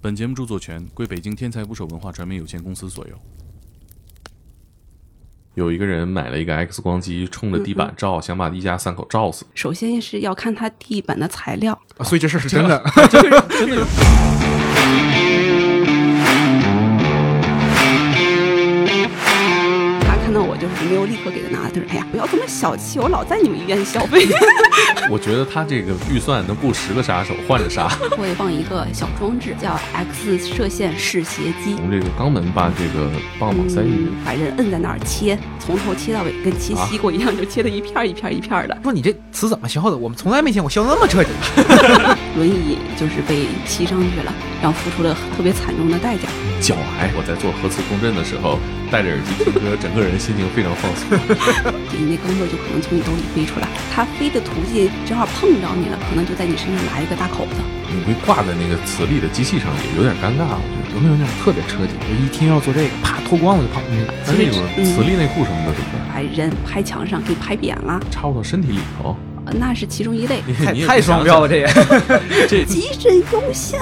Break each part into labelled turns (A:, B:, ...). A: 本节目著作权归北京天才捕手文化传媒有限公司所有。有一个人买了一个 X 光机，冲着地板照，想把一家三口照死。
B: 首先是要看它地板的材料，
C: 啊所以这事儿是真的。
A: 真的有。
B: 他看到我就是没有立刻给他拿，就是哎呀，不要这么小气，我老在你们医院消费。
A: 我觉得他这个预算能雇十个杀手换着杀。
B: 会放一个小装置叫 X 射线视斜机，
A: 从这个肛门把这个棒棒塞进去。
B: 嗯把人摁在那儿切，从头切到尾，跟切西瓜一样，就切的一片儿一片儿一片儿的。
C: 说你这词怎么削的？我们从来没见过削那么彻底。
B: 轮椅就是被骑上去了，然后付出了特别惨重的代价。
A: 脚癌，我在做核磁共振的时候，戴着耳机听歌，整个人心情非常放松。
B: 你那钢镚就可能从你兜里飞出来，它飞的途径正好碰着你了，可能就在你身上来一个大口子。
A: 你会挂在那个磁力的机器上，也有点尴尬。我觉得
C: 有没有那种特别彻底？我一听要做这个，啪脱光了就跑进去了。
A: 那那种磁力内裤什么的怎么办？
B: 把人拍墙上给拍扁了，
A: 插入到身体里头，
B: 呃那是其中一类。
A: 你
C: 太
A: 你也
C: 太
A: 不想
C: 双标了，这也。
A: 想。这
B: 急诊优先，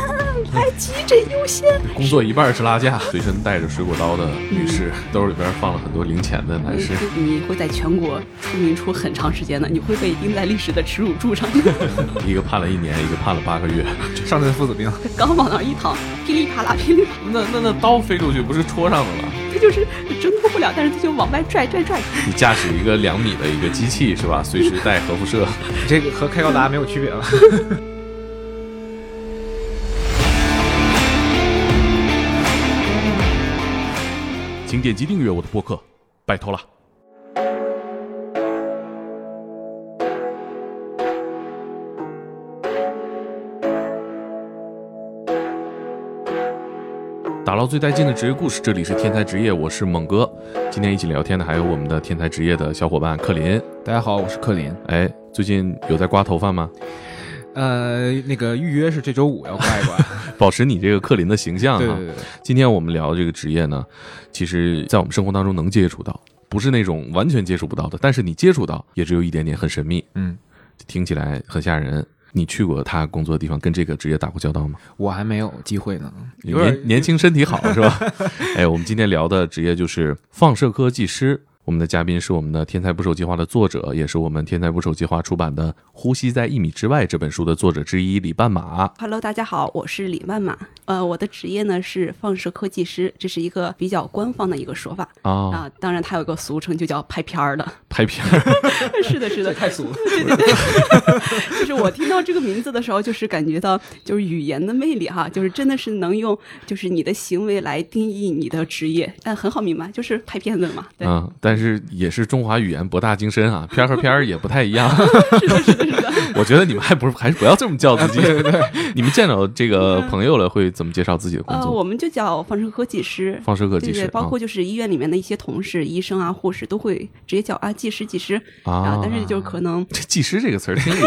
B: 来急诊优先。
A: 工作一半是拉架，随身带着水果刀的女士，兜里边放了很多零钱的男士
B: 你，你会在全国出名出很长时间的，你会被钉在历史的耻辱柱上。
A: 一个判了一年，一个判了八个月。
C: 上阵父子 兵，
B: 刚往那儿一躺，噼里啪啦噼里啪啦，
A: 那那那刀飞出去不是戳上了吗？
B: 这就是挣脱不了，但是他就往外拽拽拽。
A: 你驾驶一个两米的一个机器是吧？随时带核辐射。
C: 你这个和开高达没有区别了。
A: 请点击订阅我的播客，拜托了。打捞最带劲的职业故事，这里是天才职业，我是猛哥。今天一起聊天的还有我们的天才职业的小伙伴克林。
C: 大家好，我是克林。
A: 哎，最近有在刮头发吗？
C: 呃，那个预约是这周五要挂一挂。
A: 保持你这个克林的形象哈。 啊
C: 对对对，
A: 今天我们聊的这个职业呢，其实在我们生活当中能接触到，不是那种完全接触不到的，但是你接触到也只有一点点，很神秘，
C: 嗯，
A: 听起来很吓人。你去过他工作的地方，跟这个职业打过交道吗？
C: 我还没有机会呢。有点
A: 年年轻身 体好是吧？ 哎，我们今天聊的职业就是放射科技师。我们的嘉宾是我们的《天才捕手计划》的作者，也是我们《天才捕手计划》出版的《呼吸在一米之外》这本书的作者之一李半马。
B: Hello，大家好，我是李万马。呃，我的职业呢是放射科技师，这是一个比较官方的一个说法
A: 啊、
B: 啊、当然，它有个俗称就叫拍片儿的。
A: 拍片儿，
B: 是的，是的，
C: 太俗了。
B: 就是我听到这个名字的时候，就是感觉到就是语言的魅力哈，就是真的是能用就是你的行为来定义你的职业，但很好明白，就是拍片子的嘛。对，
A: 嗯，但是也是中华语言博大精深 啊，片儿和片儿也不太一样。
B: 是的，是的，是的。啊
A: 我觉得你们还不是还是不要这么叫自己。 你们见到这个朋友了，会怎么介绍自己的工
B: 呃，
A: 作？
B: 我们就叫放射科技师。
A: 放射科
B: 对
A: 技
B: 对，
A: 师，啊
B: 包括就是医院里面的一些同事、医生啊、护士都会直接叫啊技师、技师
A: 啊
B: 啊，但是就可能
A: 这技师这个词儿听着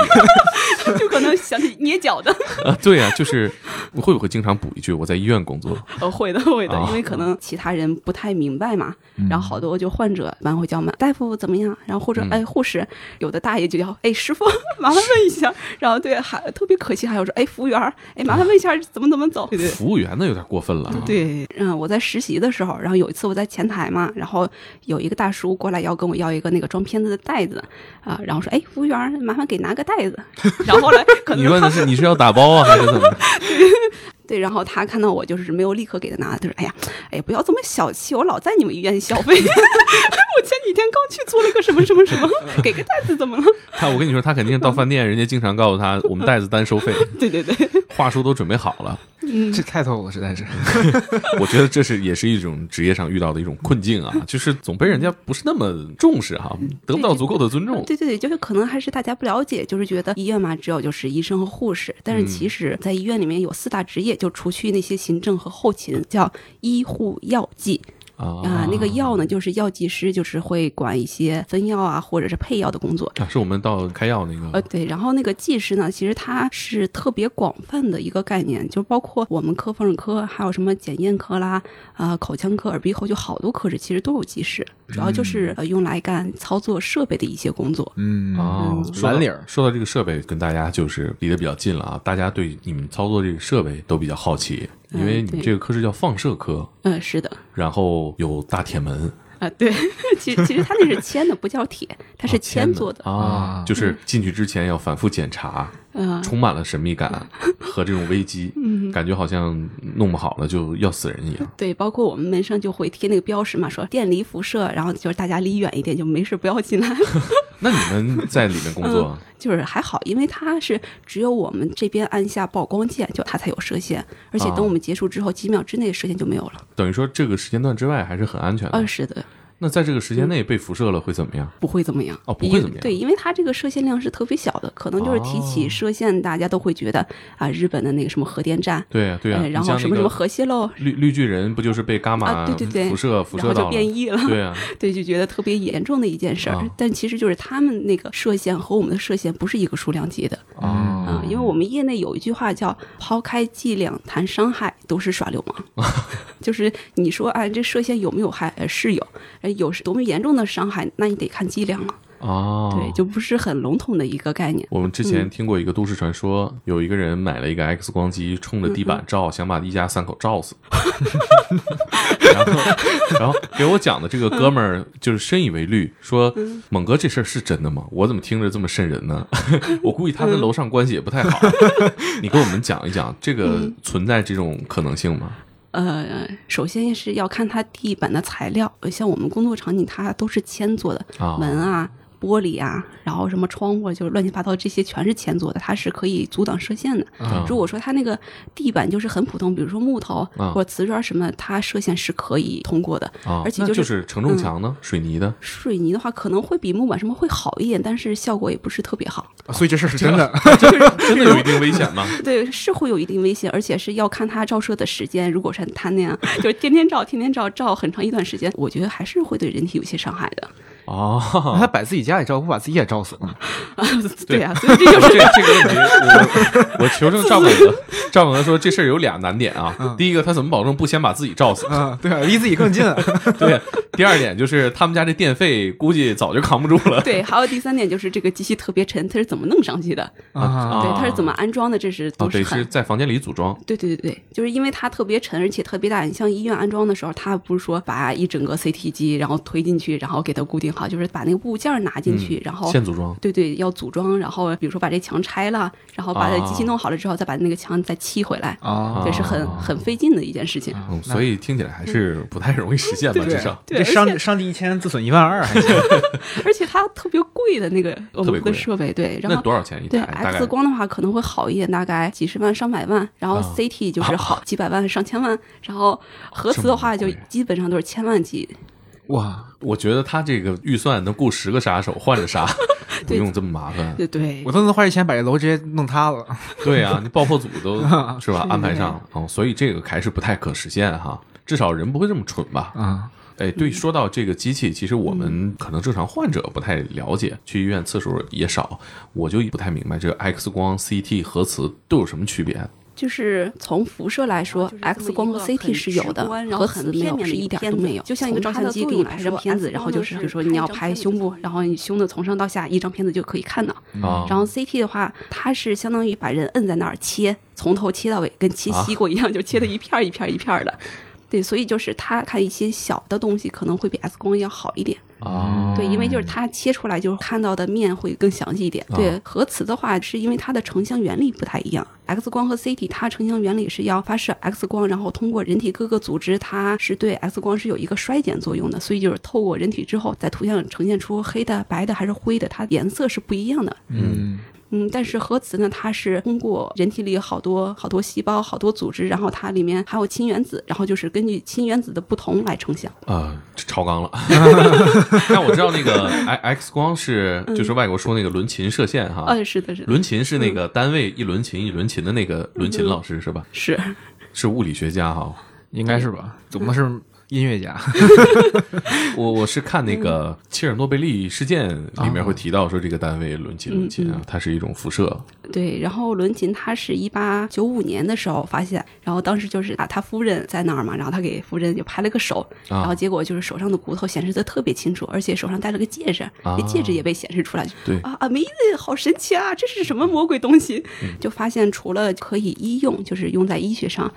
A: 也
B: 就可能想起捏脚的，
A: 啊，对呀、就是会不会经常补一句我在医院工作？
B: 呃，会的 会的
A: 啊，
B: 因为可能其他人不太明白嘛，然后好多就患者一般会叫嘛大夫怎么样，然后或者哎护士，有的大爷就叫哎师傅，麻烦问一下，然后对还特别可惜还有说哎服务员，哎麻烦问一下怎么怎么走，对对。
A: 服务员那有点过分了啊。
B: 对，嗯，我在实习的时候，然后有一次我在前台嘛，然后有一个大叔过来要跟我要一个那个装片子的袋子啊、然后说，哎，服务员，麻烦给拿个袋子。然后后来可能
A: 你问的是你是要打包啊，还是怎么？
B: 对，然后他看到我就是没有立刻给他拿，他说：“哎呀，哎呀，不要这么小气，我老在你们医院消费。 我前几天刚去做了个什么什么什么，给个袋子怎么了？
A: 他我跟你说，他肯定到饭店，人家经常告诉他我们袋子单收费，
B: 对对对，
A: 话术都准备好了。
C: 这太透了，实在是。
A: 我觉得这是也是一种职业上遇到的一种困境啊，就是总被人家不是那么重视哈、得不到足够的尊重。
B: 对对对，就是可能还是大家不了解，就是觉得医院嘛，只有就是医生和护士，但是
A: 嗯
B: 其实在医院里面有四大职业，就除去那些行政和后勤，叫医护药剂啊、
A: 啊
B: 那个药呢，就是药剂师，就是会管一些分药啊，或者是配药的工作。
A: 啊，是我们到开药那个
B: 呃，对，然后那个技师呢，其实它是特别广泛的一个概念，就包括我们科、呃放射科，还有什么检验科啦，啊、口腔科、耳鼻喉，就好多科室其实都有技师。主要就是呃用来干操作设备的一些工作。
C: 嗯
A: 哦，
B: 嗯
A: 说到
C: 蓝领儿
A: 说到这个设备，跟大家就是离得比较近了啊，大家对你们操作这个设备都比较好奇，因为
B: 嗯
A: 你
B: 对
A: 们这个科室叫放射科，
B: 嗯，是的，
A: 然后有大铁门，
B: 啊，对，其实其实它那是铅的，不叫铁，它是
A: 哦
B: 铅做的。
A: 啊
C: 啊，
A: 就是进去之前要反复检查，
B: 嗯，
A: 充满了神秘感和这种危机，感觉好像弄不好了就要死人一样。
B: 对，包括我们门上就会贴那个标识嘛，说电离辐射，然后就是大家离远一点，就没事不要进来。
A: 那你们在里面工 作，
B: 就是还好，因为它是只有我们这边按下曝光键，就它才有射线，而且
A: 啊
B: 等我们结束之后，几秒之内射线就没有了。
A: 等于说这个时间段之外还是很安全
B: 嗯、
A: 的。
B: 是的，
A: 那在这个时间内被辐射了会怎么样？
B: 不会怎么样。
A: 哦不会
B: 因
A: 怎么样
B: 对，因为它这个射线量是特别小的，可能就是提
A: 哦
B: 起射线，大家都会觉得啊，日本的那个什么核电站，
A: 对啊呀，对呀
B: 呃，然
A: 你像那
B: 后什么
A: 个
B: 什么核泄漏，
A: 绿绿巨人不就是被伽马
B: 啊对对对
A: 辐射呃辐
B: 然
A: 射
B: 后
A: 到
B: 就
A: 了？
B: 变异了。
A: 对啊，
B: 对，就觉得特别严重的一件事儿。
A: 啊
B: 但其实就是他们那个射线和我们的射线不是一个数量级的啊、
C: 嗯哦
A: 啊
B: 因为我们业内有一句话叫“抛开剂量谈伤害都是耍流氓”，就是你说哎，这射线有没有害？呃，是有，呃，有是多么严重的伤害，那你得看剂量了。
A: 哦，
B: 对，就不是很笼统的一个概念。
A: 我们之
B: 嗯
A: 前听过一个都市传说，有一个人买了一个 X 光机，冲着地板
B: 嗯
A: 照，想把一家三口照死。 然后，然后给我讲的这个哥们儿就是深以为虑，说：“
B: 嗯
A: 猛哥，这事儿是真的吗？我怎么听着这么瘆人呢？ 我估计他跟楼上关系也不太好。
B: 嗯
A: 你给我们讲一讲，这个存在这种可能性吗？
B: 呃，首先是要看它地板的材料，呃像我们工作场景，它都是铅做的，
A: 啊
B: 门啊、玻璃啊，然后什么窗户啊，就是乱七八糟这些全是铅做的，它是可以阻挡射线的。
A: 啊
B: 如果说它那个地板就是很普通，比如说木头、
A: 啊
B: 或者瓷砖什么，它射线是可以通过的。
A: 啊，
B: 而且
A: 那
B: 就嗯
A: 就是是承重墙呢，水泥 的，
B: 水泥的话，可能会比木板什么会好一点，但是效果也不是特别好。
C: 所以这事儿是真的。
A: 真的有一定危险吗？
B: 对，是会有一定危险，而且是要看它照射的时间。如果是它那样， 就是天天照、天天照、照很长一段时间，我觉得还是会对人体有些伤害的。
A: 哦，
C: 他把自己家里照顾，不把自己也照死了吗？
B: 对啊，所以这 就
A: 这
B: 是
A: 这个问题，我我求证赵 本哥，赵本哥说这事儿有俩难点啊。第一个，他怎么保证不先把自己照死？
C: 啊，对啊，离自己更近 了。
A: 嗯对，第二点就是他们家这电费估计早就扛不住了。
B: 对。还有第三点就是这个机器特别沉，它是怎么弄上去的？
A: 啊
B: 对，它是怎么安装的？这是
A: 啊，
B: 都
A: 得
B: 是很
A: 是在房间里组装
B: 对对对对，就是因为它特别沉，而且特别大。你像医院安装的时候，它不是说把一整个 CT 机然后推进去，然后给它固定好，就是把那个部件儿拿进去，然后
A: 嗯现组装。
B: 对对要组装，然后比如说把这墙拆了，然后把这
A: 啊
B: 机器弄好了之后，再把那个墙再砌回来，
C: 啊
B: 这是很很费劲的一件事情。
A: 嗯，所以听起来还是不太容易实现吧，
C: 对
A: 至少。
B: 嗯对而
C: 这上
B: 且
C: 上帝一千，自损一万二，还 行。
B: 而且它特别贵的那个我
A: 特别
B: 们
A: 贵
B: 的设备，对，然
A: 那
B: 后
A: 多少钱一
B: 对
A: 台？大概
B: X 光的话可能会好一点，大概几十万上百万，然后
A: 啊
B: CT 就是好几百万上千万，然后核磁的话
A: 这
B: 就
A: 么贵
B: 基本上都是千万级。
C: 哇，
A: 我觉得他这个预算能雇十个杀手换着 杀，不
B: 对
A: 用这么麻烦。
B: 对对
C: 我，都能花这钱把这楼直接弄塌了。
A: 对 啊，你爆破组 都是吧
B: 是
A: 安排上哦，所以这个还是不太可实现哈。至少人不会这么蠢吧？
C: 啊，
A: 哎，对，说到这个机器，其实我们可能正常患者不太了解，去医院次数也少，我就不太明白这个 X 光、CT、核磁都有什么区别
B: 就是从辐射来说，X 光和 CT 是有的，核磁没有，是一点儿都没有。就像一个照相机给你拍张片子，然后就是比如说你要拍胸部，然后你胸的从上到下一张片子就可以看到。
A: 啊？
C: 哦嗯
B: 然后 CT 的话，它是相当于把人摁在那儿切，从头切到尾，跟切西瓜一样，就切的一片儿一片儿一片儿的。对，所以就是它看一些小的东西可能会比 X 光要好一点。
A: 啊，
B: 对，因为就是它切出来就是看到的面会更详细一点。对，核磁的话是因为它的成像原理不太一样，X 光和 CT 它成像原理是要发射 X 光，然后通过人体各个组织，它是对 X 光是有一个衰减作用的，所以就是透过人体之后，在图像呈现出黑的、白的还是灰的，它颜色是不一样的。
C: 嗯，
B: 嗯，但是核磁呢，它是通过人体里有好多好多细胞、好多组织，然后它里面还有氢原子，然后就是根据氢原子的不同来成像。
A: 呃，这超纲了。但我知道那个 X 光是就是外国说那个伦琴射线哈，
B: 呃，是的，是的，
A: 伦琴是那个单位一伦琴一伦琴的那个伦琴老师是吧？
B: 是。
A: 是物理学家哈。
C: 应该是吧？总不能是音乐 家，
A: 我我是看那个切尔诺贝利事件里面会提到说这个单位伦琴伦琴啊，它是一种辐射，
B: 对，然后伦琴他是一八九五年的时候发现，然后当时就是啊，他夫人在那儿嘛，然后他给夫人就拍了个手，
A: 啊
B: 然后结果就是手上的骨头显示的特别清楚，而且手上戴了个戒指，
A: 啊
B: 那戒指也被显示出来，
A: 对
B: 啊啊，梅子好神奇啊，这是什么魔鬼东西？
A: 嗯
B: 就发现除了可以医用，就是用在医学上。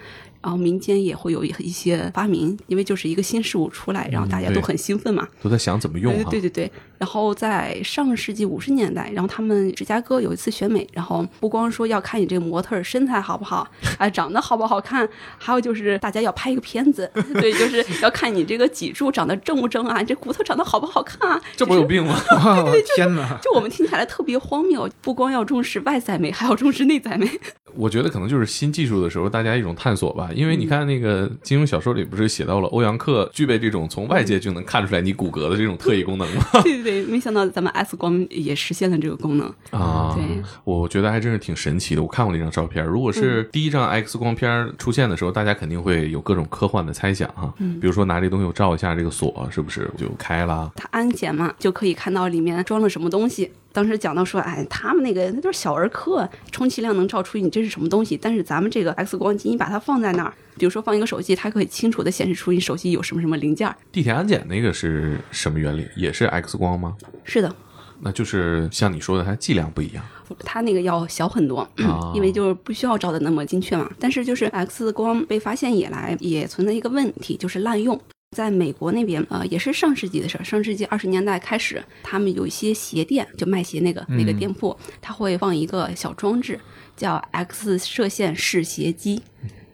B: 然后民间也会有一些发明，因为就是一个新事物出来，然后大家
A: 嗯
B: 都
A: 对
B: 很兴奋嘛。
A: 都在想怎么用哈、
B: 呃对对对对。然后在上个世纪五十年代，然后他们芝加哥有一次选美，然后不光说要看你这个模特儿身材好不好，啊，长得好不好看，还有就是大家要拍一个片子， 对，就是要看你这个脊柱长得正不正啊，你这骨头长得好不好看啊。
A: 这不有 病吗？
C: 哇天哪！
B: 就我们听起来特别荒谬，不光要重视外在美，还要重视内在美。
A: 我觉得可能就是新技术的时候，大家一种探索吧。因为你看那个金庸小说里不是写到了欧阳克具备这种从外界就能看出来你骨骼的这种特异功能吗？
B: 对对对，没想到咱们 X 光也实现了这个功能。
A: 啊
B: 对，
A: 我觉得还真是挺神奇的。我看过那张照片，如果是第一张 X 光片儿出现的时候，大家肯定会有各种科幻的猜想哈、比如说拿这东西我照一下这个锁啊是不是就开了？
B: 他安检嘛，就可以看到里面装了什么东西。当时讲到说，哎，他们那个那都是小儿科，充其量能照出你这是什么东西。但是咱们这个 X 光机，你把它放在那儿，比如说放一个手机，它可以清楚的显示出你手机有什么什么零件儿。
A: 地铁安检那个是什么原理？也是 X 光吗？
B: 是的，
A: 那就是像你说的，它剂量不一样
B: 它那个要小很多，
A: 啊
B: 因为就是不需要照的那么精确嘛。但是就是 X 光被发现以来，也存在一个问题，就是滥用。在美国那边，呃，也是上世纪的事儿，上世纪二十年代开始，他们有一些鞋店，就卖鞋那个那个店铺，它会放一个小装置，叫 X 射线试鞋机。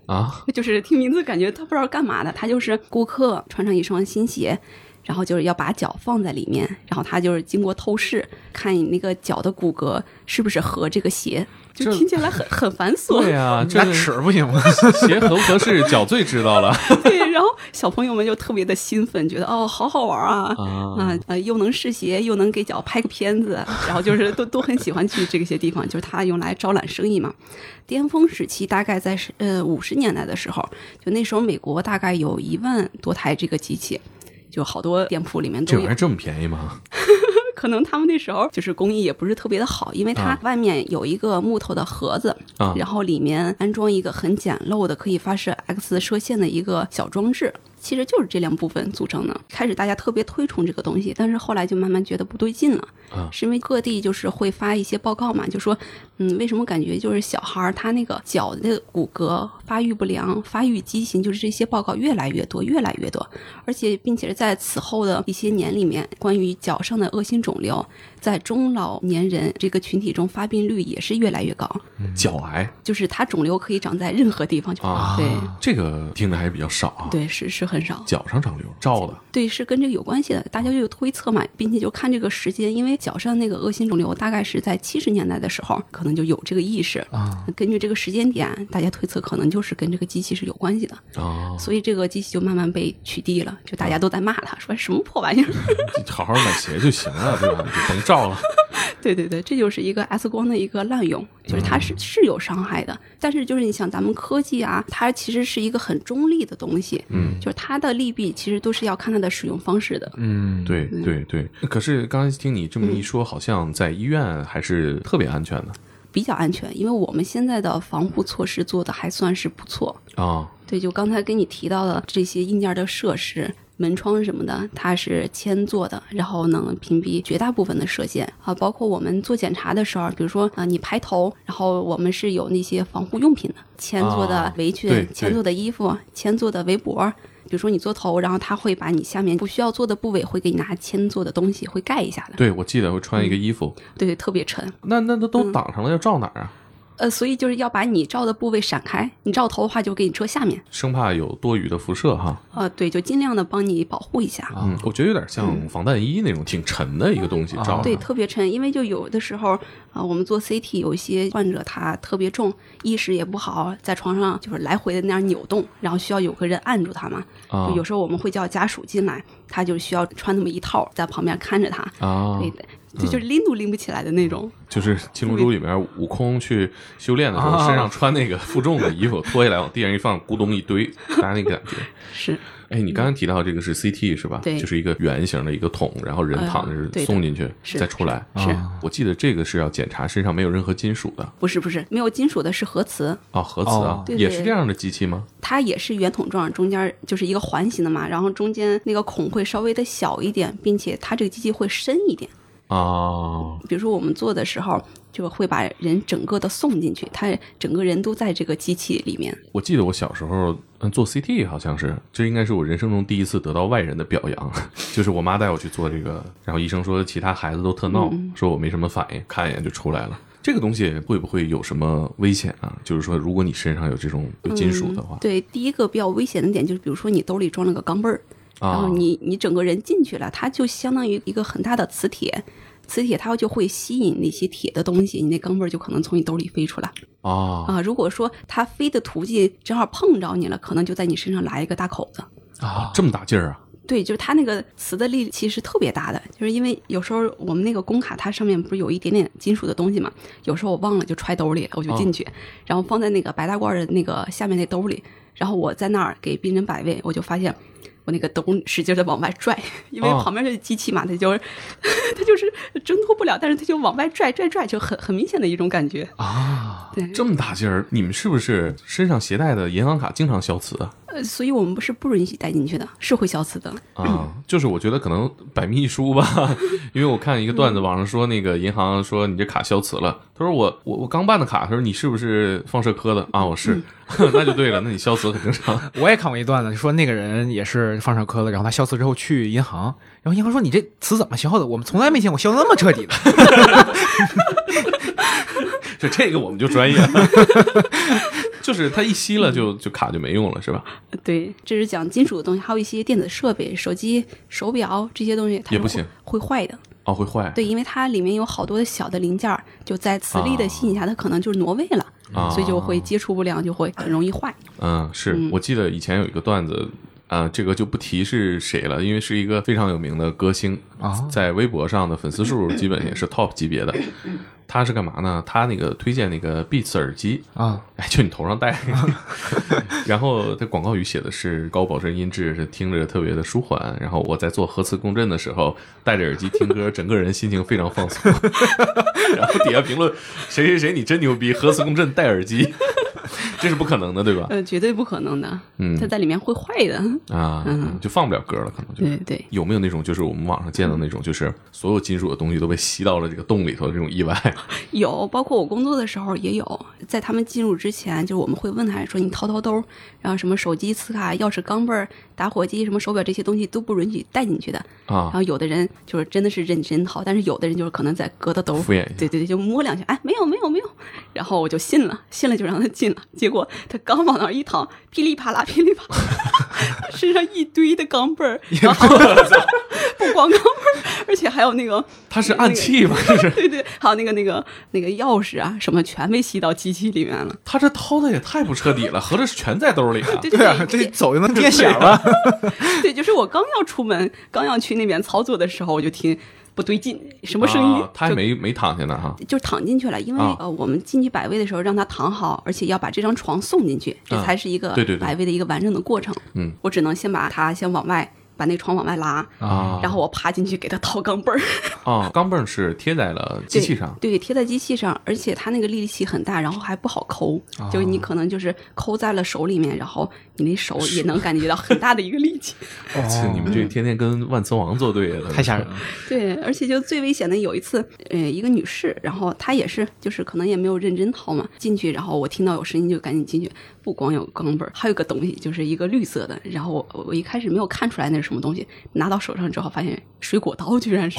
A: 啊。
B: 就是听名字感觉他不知道干嘛的，他就是顾客穿上一双新鞋，然后就是要把脚放在里面，然后他就是经过透视看你那个脚的骨骼是不是合这个鞋，就
A: 这
B: 听起来很很繁琐。
A: 对啊， 这
C: 拿尺不 行吗？
A: 鞋合不合适，脚最知道了
B: 对，然后小朋友们就特别的兴奋，觉得哦，好好玩啊。
A: 啊。
B: 啊呃，又能试鞋，又能给脚拍个片子，然后就是都都很喜欢去这些地方，就是它用来招揽生意嘛。巅峰时期大概在是呃五十年代的时候，就那时候美国大概有一万多台这个机器。就好多店铺里面都
A: 这玩
B: 有
A: 意儿，这么便宜吗？
B: 可能他们那时候就是工艺也不是特别的好，因为它
A: 啊
B: 外面有一个木头的盒子，
A: 啊
B: 然后里面安装一个很简陋的可以发射 X 射线的一个小装置，其实就是这两部分组成的。开始大家特别推崇这个东西，但是后来就慢慢觉得不对劲了，
A: 啊
B: 是因为各地就是会发一些报告嘛，就说，嗯，为什么感觉就是小孩儿他那个脚的那个骨骼发育不良、发育畸形，就是这些报告越来越多，越来越多，而且并且在此后的一些年里面，关于脚上的恶性肿瘤，在中老年人这个群体中发病率也是越来越高。
A: 脚癌
B: 就是它肿瘤可以长在任何地方，就
A: 啊
B: 对
A: 这个听的还比较少啊。
B: 对是是很少，
A: 脚上长瘤，照的
B: 对是跟这个有关系的，大家就有推测嘛，并且就看这个时间，因为脚上那个恶性肿瘤大概是在七十年代的时候，可能就有这个意识
C: 啊，
B: 根据这个时间点，大家推测可能就是跟这个机器是有关系的，
A: 啊，
B: 所以这个机器就慢慢被取缔了，就大家都在骂它，说什么破玩意儿。
A: 好好买鞋就行了，对吧？就甭照了。
B: 对对对，这就是一个 X 光的一个滥用，就是它是是有伤害的，但是就是你想咱们科技啊，它其实是一个很中立的东西，
A: 嗯，
B: 就是它的利弊其实都是要看它的使用方式的。
C: 嗯，
A: 对对对。可是刚才听你这么一说，好像在医院还是特别安全的
B: 比较安全，因为我们现在的防护措施做的还算是不错。
A: 啊。
B: 对，就刚才跟你提到的这些硬件的设施。门窗什么的，它是铅做的，然后能屏蔽绝大部分的射线啊。包括我们做检查的时候，比如说啊、呃你排头，然后我们是有那些防护用品的，铅做的
A: 啊
B: 围裙、
A: 对
B: 铅做的衣服、铅做的围脖。比如说你做头，然后它会把你下面不需要做的部位会给你拿铅做的东西会盖一下的，
A: 对，我记得我穿一个衣服，
B: 对，特别沉。
A: 那那都都挡上了，要照哪儿啊？
B: 呃，所以就是要把你照的部位闪开，你照头的话就给你遮下面，
A: 生怕有多余的辐射哈。
B: 呃，对，就尽量的帮你保护一下。
A: 嗯，我觉得有点像防弹衣那种挺沉的一个东西，照
B: 对，
A: 上。
B: 特别沉，因为就有的时候啊、我们做 CT，有一些患者他特别重，意识也不好，在床上就是来回的那样扭动，然后需要有个人按住他嘛。
A: 啊
B: 就有时候我们会叫家属进来，他就需要穿那么一套在旁边看着他。
A: 啊嗯
B: 对，就就拎都拎不起来的那种。
A: 就是《七龙珠》里面悟空去修炼的时候，
B: 哦
C: 啊
A: 身上穿那个负重的衣服脱下来往地上一放，咕咚一堆，大家那个感觉。
B: 是，
A: 哎，你刚刚提到这个是 CT 是吧？
B: 对
A: 就是一个圆形的一个桶，然后人
B: 哎呀
A: 躺着
B: 对的
A: 送进去，
B: 是
A: 再出来。
B: 是
C: 啊
A: 我记得这个是要检查身上没有任何金属的
B: 不是不是没有金属的是核磁，
A: 啊，核磁啊
C: 哦，
B: 对对
A: 也是这样的机器吗？
B: 它也是圆筒状，中间就是一个环形的嘛，然后中间那个孔会稍微的小一点，并且它这个机器会深一点。
A: 啊，
B: 比如说我们做的时候，就会把人整个的送进去，他整个人都在这个机器里面。
A: 我记得我小时候嗯做 CT 好像是，这应该是我人生中第一次得到外人的表扬， 就是我妈带我去做这个，然后医生说其他孩子都特闹，
B: 嗯
A: 说我没什么反应，看一眼就出来了。这个东西会不会有什么危险啊？就是说，如果你身上有这种有金属的话
B: 嗯，对，第一个比较危险的点就是，比如说你兜里装了个钢镚儿，然
A: 啊
B: 后，哦你你整个人进去了，它就相当于一个很大的磁铁，磁铁它就会吸引那些铁的东西，你那钢镚儿就可能从你兜里飞出来
A: 啊
B: 啊。如果说它飞的途径正好碰着你了，可能就在你身上来一个大口子。
A: 啊，这么大劲儿啊！
B: 对，就是它那个磁的力其实特别大的，就是因为有时候我们那个工卡它上面不是有一点点金属的东西嘛，有时候我忘了就揣兜里了，我就进去，
A: 嗯
B: 然后放在那个白大褂的那个下面那兜里，然后我在那儿给病人摆位，我就发现。我那个兜使劲的往外拽，因为
A: 哦
B: 旁边就是机器嘛，它就是 它就是挣脱不了，但是它就往外拽拽拽，就很很明显的一种感觉。
A: 啊
B: 对，
A: 这么大劲儿，你们是不是身上携带的银行卡经常消磁啊？
B: 呃，所以我们不是不允许带进去的，是会消磁的。
A: 啊，就是我觉得可能百密一疏吧， 因为我看一个段子，网上说那个银行说你这卡消磁了，他说我我我刚办的卡，他说你是不是放射科的啊？我是， 那就对了，那你消磁很正常。
C: 我也看过一段子，说那个人也是放上科了，然后他消磁之后去银行，然后银行说你这磁怎么消的？我们从来没见过消那么彻底的。
A: 就这个我们就专业 了，就是它一吸了就就卡就没用了是吧？
B: 对，这是讲金属的东西，还有一些电子设备，手机、手表这些东西，它
A: 也不
B: 是
A: 行
B: 会，会坏的。
A: 哦，会坏
B: 对，因为它里面有好多的小的零件儿，就在磁力的吸引下，它可能就挪位了，
A: 啊，
B: 所以就会接触不良，就会很容易坏。
A: 嗯，是
B: 嗯
A: 我记得以前有一个段子。啊、这个就不提是谁了，因为是一个非常有名的歌星
C: 啊
A: 在微博上的粉丝数基本也是 top 级别的。他是干嘛呢？他那个推荐那个 Beats 耳机，
C: 啊
A: 哎，就你头上戴。然后这广告语写的是高保真音质，是听着特别的舒缓。然后我在做核磁共振的时候，戴着耳机听歌，整个人心情非常放松。然后底下评论谁谁谁你真牛逼，核磁共振戴耳机， 这是不可能的，对吧？
B: 呃，绝对不可能的，
A: 啊嗯
B: 它在里面会坏的。
A: 啊，
B: 嗯
A: 就放不了歌了，可能就
B: 对
A: 是。
B: 对，
A: 有没有那种就是我们网上见到那种就是所有金属的东西都被吸到了这个洞里头的这种意外
B: 有，包括我工作的时候也有，在他们进入之前，就是我们会问他说你掏掏兜儿，然后什么手机、磁卡、钥匙、钢镚儿、打火机、什么手表这些东西都不允许带进去的。然
A: 啊
B: 后有的人就是真的是认真掏，但是有的人就是可能在隔的兜
A: 敷衍一下
B: 对对对，就摸两下，哎，没有没有没有，然后我就信了，信了就让他进了，结果他刚往那儿一躺，噼里啪啦 噼里啪啦，身上一堆的钢镚儿，然后不光钢镚儿，而且还有那个，
A: 它是暗器吧？ 这是
B: 啊 对对，还有那个那个那个钥匙啊什么全被吸到机器里面了，
A: 他这掏的也太不彻底了，合着是全在兜里啊！
B: 对
C: 对啊，
B: 对
C: 这走就能变响了。
B: 对，就是我刚要出门，刚要去那边操作的时候，我就听不对劲，什么声音？
A: 啊他还没没躺下呢哈
B: 就躺进去了，因为、
A: 啊
B: 呃，我们进去摆位的时候让他躺好，而且要把这张床送进去，这
A: 啊
B: 才是一个
A: 对对对
B: 摆位的一个完整的过程。
A: 嗯，
B: 我只能先把他先往外，把那床往外拉，
A: 啊
B: 然后我爬进去给他掏钢镚儿，
A: 啊，钢镚儿是贴在了机器上
B: 对，对，贴在机器上，而且它那个力气很大，然后还不好抠，
A: 啊
B: 就是你可能就是抠在了手里面，然后你那手也能感觉到很大的一个力气。
C: 啊
A: 切你们这天天跟万磁王作对呀，
C: 哦太吓人了！
B: 对，而且就最危险的有一次，呃，一个女士，然后她也是，就是可能也没有认真掏嘛，进去，然后我听到有声音就赶紧进去，不光有钢镚儿，还有一个东西，就是一个绿色的，然后我我一开始没有看出来那是什么东西，拿到手上之后发现水果刀 居然是，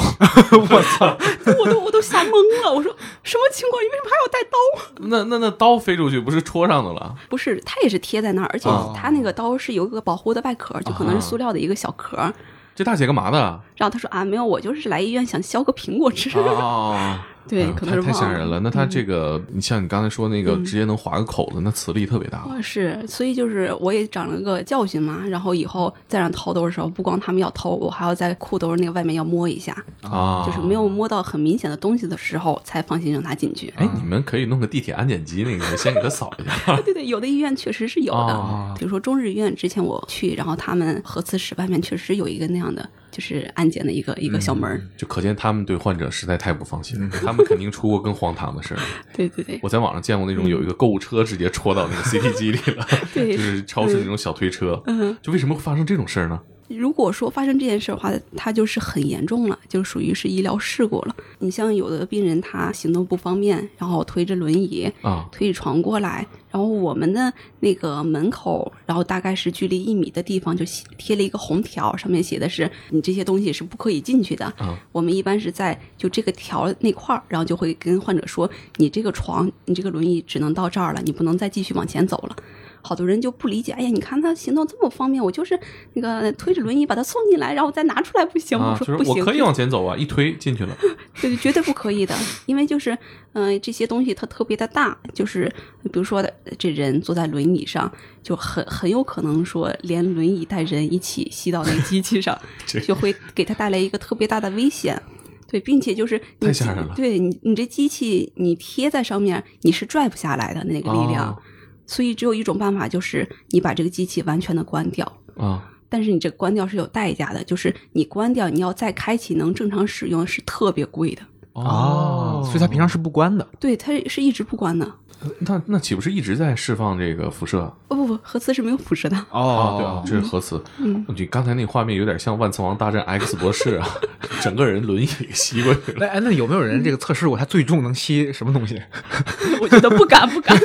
C: 我 操！
B: 我都我都吓懵了，我说什么情况？你为什么还要带刀？
A: 那那那刀飞出去不是戳上的了
B: 不是，它也是贴在那儿，而且
C: 哦
B: 它那个刀是有一个保护的外壳，就可
A: 哦
B: 能是塑料的一个小壳儿。
A: 这大姐干嘛的？
B: 啊然后她说啊，没有，我就是来医院想削个苹果吃。
A: 啊，
B: 对
A: 哎，
B: 可能
A: 太
B: 是
A: 太吓
B: 忘嗯
A: 人了。那他这个，你像你刚才说那个，直接能划个口子，那磁力特别大了。
B: 哦，是，所以就是我也长了个教训嘛，然后以后再让掏兜的时候，不光他们要掏，我还要在裤兜那个外面要摸一下，
A: 啊，
B: 就是没有摸到很明显的东西的时候，才放心让他进去。
A: 哎，你们可以弄个地铁安检机，那 个先给他扫一下。
B: 对对，有的医院确实是有的，
A: 哦
B: 比如说中日医院，之前我去，然后他们核磁室外面确实有一个那样的，就是安检的一个一个小门儿。
A: 就可见他们对患者实在太不放心
B: 嗯
A: 了，他们肯定出过更荒唐的 事儿。
B: 对对对
A: 我在网上见过那种有一个购物车直接戳到那个 CT 机里了，
B: 对
A: 就是超市那种小推车。
B: 嗯，
A: 就为什么会发生这种事儿呢？
B: 如果说发生这件事的话，它就是很严重了，就属于是医疗事故了。你像有的病人他行动不方便，然后推着轮椅，
A: 啊，
B: 推床过来，然后我们的那个门口，然后大概是距离一米的地方就写贴了一个红条，上面写的是你这些东西是不可以进去的。
A: 嗯
B: 我们一般是在就这个条那块儿，然后就会跟患者说，你这个床，你这个轮椅只能到这儿了，你不能再继续往前走了。好多人就不理解，哎呀，你看他行动这么方便，我就是那个推着轮椅把他送进来，然后再拿出来不行吗？
A: 啊，
B: 我
A: 就是
B: 说不
A: 我
B: 行，
A: 可以往前走啊，一推进去了。
B: 对，绝对不可以的，因为就是，嗯、这些东西它特别的大，就是比如说的这人坐在轮椅上，就很很有可能说连轮椅带人一起吸到那个机 器上，就会给他带来一个特别大的危险。对，并且就是你
A: 太吓
B: 机
A: 人了
B: 对你，你这机器你贴在上面，你是拽不下来的那个力量，
A: 哦
B: 所以只有一种办法，就是你把这个机器完全的关掉。
A: 啊，
B: 但是你这关掉是有代价的，就是你关掉，你要再开启能正常使用是特别贵的。
A: 啊
C: 哦，所以他平常是不关的。
B: 对，它是一直不关的。
A: 哦那那岂不是一直在释放这个辐射啊？
B: 哦不不，核磁是没有辐射的。
C: 哦
A: 对啊，这是核磁。
B: 嗯，
A: 你刚才那画面有点像《万磁王大战 X 博士》啊， 整个人轮椅给吸过去了。
C: 那哎，那有没有人这个测试过他最重能吸什么东西？
B: 我觉得不敢不 敢，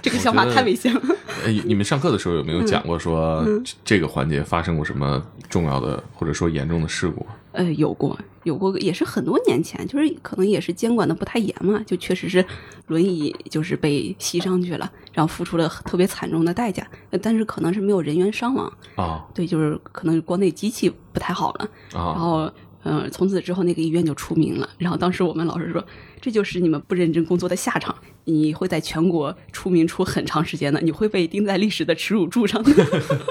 B: 这个
A: 我
B: 想法
A: 觉得
B: 太危险了。
A: 哎，你们上课的时候有没
B: 嗯
A: 有讲过说这这个环节发生过什么重要的或者说严重的事故？
B: 呃，有过有过，也是很多年前，就是可能也是监管的不太严嘛，就确实是轮椅就是被吸上去了，然后付出了特别惨重的代价，呃但是可能是没有人员伤亡。
A: 啊
B: 对，就是可能国内机器不太好了，然
A: 啊！
B: 后。呃，从此之后那个医院就出名了。然后当时我们老师说，这就是你们不认真工作的下场，你会在全国出名出很长时间的，你会被钉在历史的耻辱柱上的。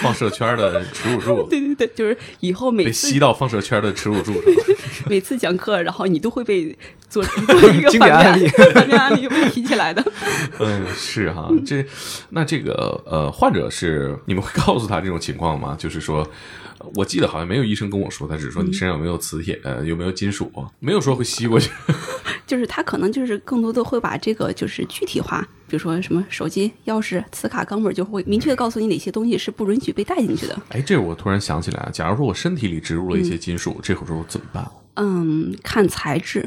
A: 放射圈的耻辱柱
B: 对对对，就是以后每
A: 被
B: 次
A: 吸到放射圈的耻辱柱上，
B: 每次讲课，然后你都会被做 做一个
C: 经
B: 反面
C: 典案例
B: 反面案例被提起来的。
A: 嗯，是哈、这那这个呃，患者是你们会告诉他这种情况吗？就是说，呃我记得好像没有医生跟我说，他只是说你
B: 嗯
A: 身上有没有磁铁，呃，有没有金属，没有说会吸过去。
B: 就是他可能就是更多的会把这个就是具体化，比如说什么手机、钥匙、磁卡、钢本，就会明确地告诉你哪些东西是不允许被带进去的。
A: 哎，这我突然想起来啊，假如说我身体里植入了一些金属，这会儿我怎么办？
B: 嗯，看材质，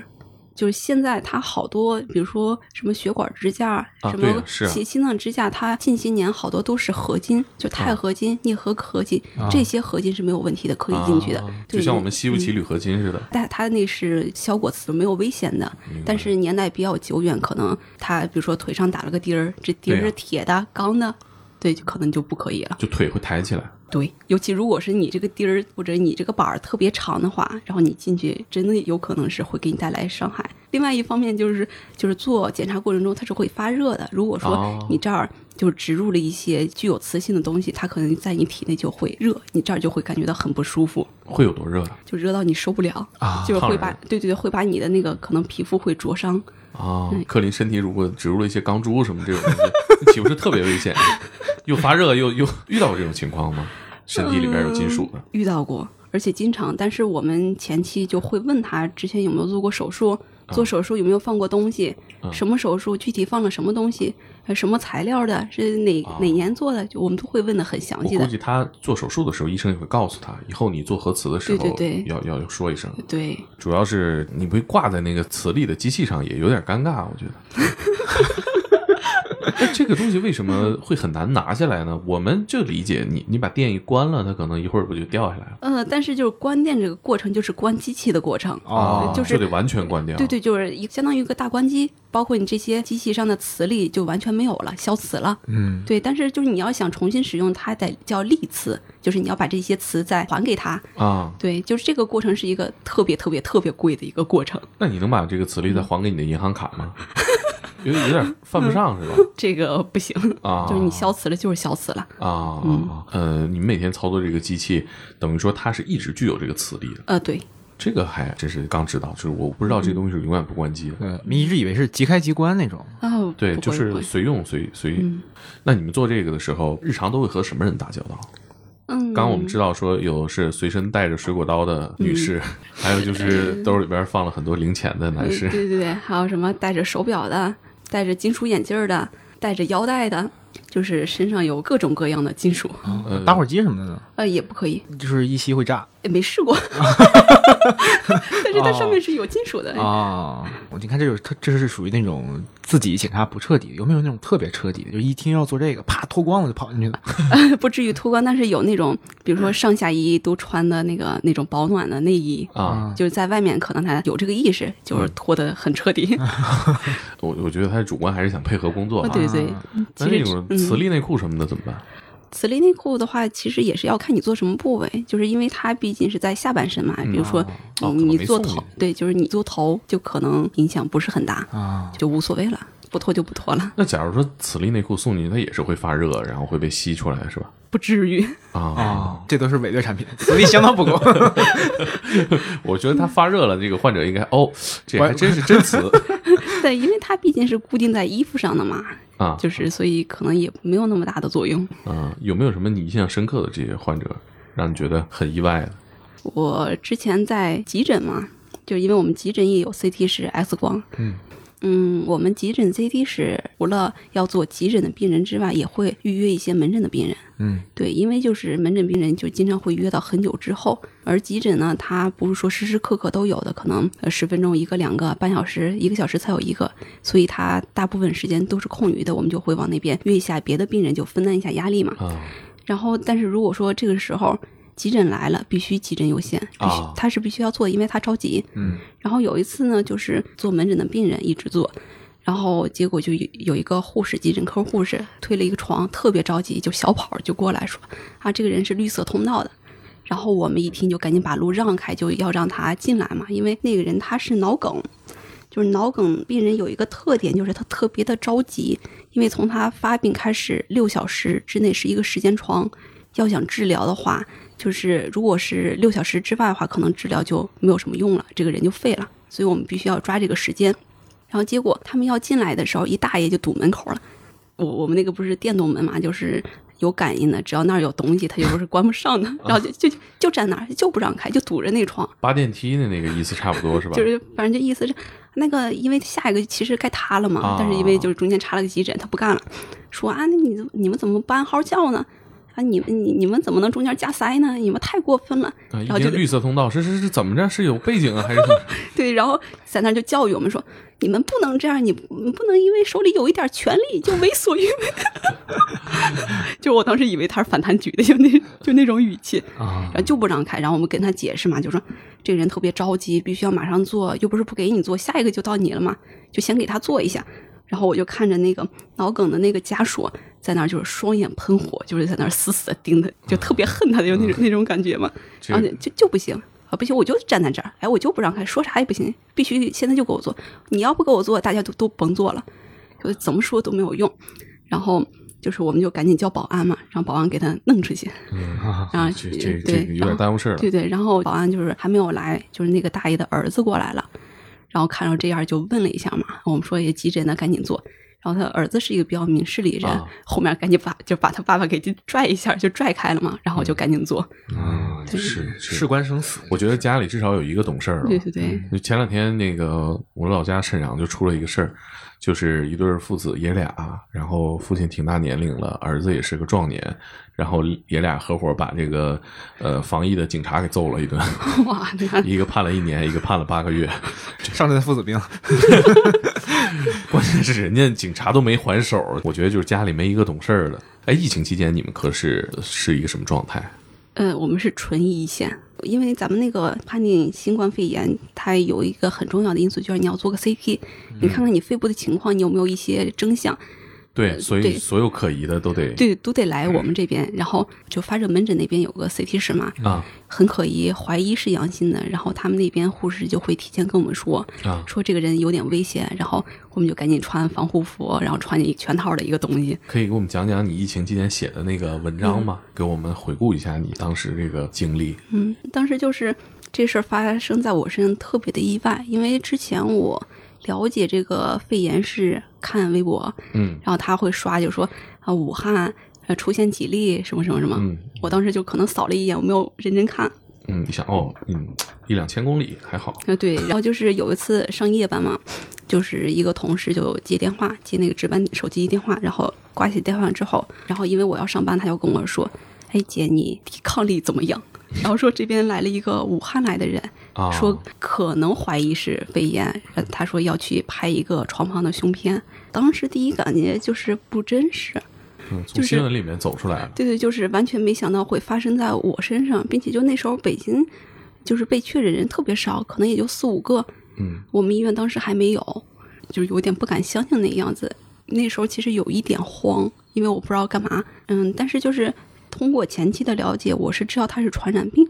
B: 就是现在它好多，比如说什么血管支架，
A: 啊
B: 什
A: 对
B: 么
A: 是啊
B: 心心脏支架，它近些年好多都是合金，就
A: 啊
B: 钛合金、镍合合金，这些合金是没有问题的，可以进去的。
A: 啊
B: 对
A: 就像我们吸不起
B: 嗯
A: 铝合金似的。
B: 但它那是小果子，没有危险的
A: 明白。
B: 但是年代比较久远，可能它比如说腿上打了个钉儿，这钉儿
A: 对啊
B: 是铁的、钢的，对，就可能就不可以了。
A: 就腿会抬起来。
B: 对，尤其如果是你这个钉儿或者你这个板儿特别长的话，然后你进去真的有可能是会给你带来伤害。另外一方面就是，就是做检查过程中它是会发热的。如果
A: 哦
B: 说你这儿就是植入了一些具有磁性的东西，它可能在你体内就会热，你这儿就会感觉到很不舒服，
A: 会有多热啊？
B: 就热到你受不了，
C: 啊
B: 就是
A: 烫
B: 会
A: 人
B: 把对对对，会把你的那个可能皮肤会灼伤。
A: 啊
B: 嗯，
A: 克林身体如果植入了一些钢珠什么这种东西，岂不是特别危险？ 又发热又又遇到过这种情况吗？身体里边有金属的
B: 嗯，遇到过，而且经常。但是我们前期就会问他之前有没有做过手术，
A: 啊
B: 做手术有没有放过东西，
A: 嗯
B: 什么手术，具体放了什么东西，呃什么材料的，是哪、
A: 啊
B: 哪年做的，就我们都会问的很详
A: 我
B: 细
A: 估
B: 的。
A: 计他做手术的时候，医生也会告诉他，以后你做核磁的时候
B: 对对对
A: 要要说一声。
B: 对，
A: 主要 是你被挂在那个磁力的机器上，也有点尴尬，我觉得。哎这个东西为什么会很难拿下来呢？我们就理解你，你把电一关了，它可能一会儿不就掉下来了？
B: 呃，但是就是关电这个过程，就是关机器的过程。
A: 哎
C: 哦
B: 就是
A: 啊得完全关掉。
B: 对对，就是一相当于一个大关机，包括你这些机器上的磁力就完全没有了，消磁了。
C: 嗯，
B: 对，但是就是你要想重新使用，它得叫力磁，就是你要把这些磁再还给它。
A: 啊，
B: 对，就是这个过程是一个特别特别特别贵的一个过程。
A: 那你能把这个磁力再还给你的银行卡吗？ 有有点犯不上是吧？
B: 这个不行，
A: 啊，
B: 嗯就是你嗯消磁了就是消磁了。
A: 啊啊啊呃，你们每天操作这个机器，等于说它是一直具有这个磁力的。
B: 呃，对，
A: 这个还真是刚知道，就是我不知道这个东西是永远不关机的。
C: 呃，你一直以为是即开即关那种，
B: 哦，
A: 对，
B: 不
A: 就
B: 会不
A: 是
B: 会
A: 随用随随
B: 嗯。
A: 那你们做这个的时候，日常都会和什么人打交道？
B: 嗯，
A: 刚刚我们知道说有是随身带着水果刀的女 士，还有就是兜里边放了很多零钱的男
B: 嗯
A: 士。
B: 对对对，还有什么戴着手表的，戴着金属眼镜儿的，戴着腰带的，就是身上有各种各样的金属，
A: 呃
C: 打火机什么的呢，
B: 呃，也不可以，
C: 就是一吸会炸
B: 也 没试过，但是它上面是有金属的。
C: 啊。我你看这就是特，这是属于那种自己检查不彻底的，有没有那种特别彻底的？就一听要做这个，啪脱光了就跑进去了。
B: 不至于脱光，但是有那种，比如说上下衣都穿的那个那种保暖的内衣，
A: 啊，
B: 就是在外面可能他有这个意识，
A: 嗯
B: 就是脱的很彻底。
A: 我我觉得他主观还是想配合工作
B: 哦
A: 啊。
B: 对对，
A: 那
B: 其
A: 那
B: 实
A: 种
B: 嗯
A: 磁力内裤什么的怎么办？
B: 磁力内裤的话，其实也是要看你做什么部位，就是因为它毕竟是在下半身嘛，比如说
C: 哦
A: 哦可
B: 你
A: 能
B: 你
A: 没
B: 做
A: 送
B: 头
A: 你，嗯
B: 对，就是你做头就可能影响不是很大，
C: 啊，
B: 就无所谓了，不脱就不脱了，
A: 那假如说磁力内裤送进去，它也是会发热，然后会被吸出来，是吧？
B: 不 至于。
A: 啊，
C: 啊，这都是伪劣产品，实力相当不 够。
A: 我觉得它发热了，这个患者应该哦，这还真是真 磁
B: 对，因为它毕竟是固定在衣服上的嘛，
A: 啊
B: 就是所以可能也没有那么大的作用。
A: 啊！有没有什么你印象深刻的这些患者，让你觉得很意外的？
B: 我之前在急诊嘛，就因为我们急诊也有 CT 室、X 光，
C: 嗯
B: 嗯我们急诊 CT 室除了要做急诊的病人之外，也会预约一些门诊的病人。
C: 嗯
B: 对，因为就是门诊病人就经常会约到很久之后，而急诊呢，它不是说时时刻刻都有的，可能呃十分钟一个、两个、半小时、一个小时才有一个，所以它大部分时间都是空余的，我们就会往那边约一下别的病人，就分担一下压力嘛。
A: 啊
B: 然后，但是如果说这个时候急诊来了，必须急诊优先，必须
A: 啊
B: 他是必须要做的，因为他着急。
C: 嗯
B: 然后有一次呢，就是做门诊的病人一直做，然后结果就有有一个护士，急诊科护士推了一个床，特别着急，就小跑就过来说啊，这个人是绿色通道的。然后我们一听就赶紧把路让开，就要让他进来嘛，因为那个人他是脑梗，就是脑梗病人有一个特点，就是他特别的着急，因为从他发病开始六小时之内是一个时间窗，要想治疗的话，就是如果是六小时之外的话，可能治疗就没有什么用了，这个人就废了，所以我们必须要抓这个时间。然后结果他们要进来的时候，一大爷就堵门口了。我我们那个不是电动门嘛，就是有感应的，只要那儿有东西，它就不是关不上的。 然后就就就站那儿，就不让开，就堵着那窗。
A: 扒电梯的那个意思差不多是吧？
B: 就是反正就意思是，那个因为下一个其实该他了嘛，
A: 啊
B: 但是因为就是中间查了个急诊，他不干了，说啊，那你怎么你们怎么不按号叫呢？啊，你你你们怎么能中间加塞呢？你们太过分了。
A: 啊，一
B: 然后就
A: 听绿色通道是是是怎么着？是有背景啊，还是怎么
B: 对，然后在那儿就教育我们说，你们不能这样，你你不能因为手里有一点权利就为所欲为。 就我当时以为他是反贪局的，就那就那种语气。
C: 啊
A: 嗯
B: 然后就不让开，然后我们跟他解释嘛，就说这个人特别着急，必须要马上做，又不是不给你做，下一个就到你了嘛，就先给他做一下。然后我就看着那个脑梗的那个家属在那儿，就是双眼喷火，就是在那儿死死的盯他，就特别恨他的，有那种、那种感觉嘛。
A: 这
B: 然后就就就不行啊，不行，我就站在这儿，哎，我就不让开，说啥也不行，必须现在就给我做。你要不给我做，大家都都甭做了，就怎么说都没有用。然后就是我们就赶紧叫保安嘛，让保安给他弄出去。
C: 啊
B: 啊，
A: 嗯这这
B: 对
A: 这个有点耽误事儿了
B: 对对，然后保安就是还没有来，就是那个大爷的儿子过来了，然后看到这样就问了一下嘛，我们说也急诊的赶紧做。然后他儿子是一个比较明事理的人，
A: 啊
B: 后面赶紧把就把他爸爸给就拽一下，就拽开了嘛，然后就赶紧做。
A: 啊？
B: 嗯对
A: 是
C: 事
A: 是，
C: 关生死，
A: 我觉得家里至少有一个懂事儿了
B: 对。对对，
A: 就前两天那个我老家沈阳就出了一个事儿，就是一对儿父子爷俩，然后父亲挺大年龄了，儿子也是个壮年，然后爷俩合伙把这个呃防疫的警察给揍了一顿，
B: 哇，那
A: 一个判了一年，一个判了八个月。
C: 上阵父子兵
A: 关键是人家警察都没还手，我觉得就是家里没一个懂事儿的。哎，疫情期间你们科室是一个什么状态？
B: 呃，我们是纯一线，因为咱们那个判定新冠肺炎，它有一个很重要的因素就是你要做个 CT，、你看看你肺部的情况，你有没有一些征象，
A: 对，所以
B: 呃对
A: 所有可疑的都得
B: 对，都得来我们这边。然后就发热门诊那边有个 CT 室嘛，
A: 啊
B: 很可疑，怀疑是阳性的，然后他们那边护士就会提前跟我们说，
A: 啊
B: 说这个人有点危险，然后我们就赶紧穿防护服，然后穿一全套的一个东西。
A: 可以给我们讲讲你疫情期间写的那个文章吗？给我们回顾一下你当时这个经历。
B: 嗯，当时就是这事儿发生在我身上特别的意外，因为之前我了解这个肺炎是看微博，
A: 嗯
B: 然后他会刷就说啊武汉呃出现几例什么什么什么，
A: 嗯
B: 我当时就可能扫了一眼，我没有认真看，
A: 嗯，你想哦，嗯，一两千公里还好。
B: 啊，对，然后就是有一次上夜班嘛，就是一个同事就接电话，接那个值班手机电话，然后挂起电话之后，然后因为我要上班，他就跟我说：“哎，姐，你抵抗力怎么样？”然后说这边来了一个武汉来的人，
A: 啊
B: 说可能怀疑是肺炎，呃他说要去拍一个床旁的胸片。当时第一感觉就是不真实，
A: 嗯，从
B: 就是
A: 新闻里面走出来了。
B: 对对，就是完全没想到会发生在我身上，并且就那时候北京就是被确诊人特别少，可能也就四五个，
A: 嗯
B: 我们医院当时还没有，就是有点不敢相信那样子。那时候其实有一点慌，因为我不知道干嘛。嗯，但是就是通过前期的了解，我是知道它是传染病。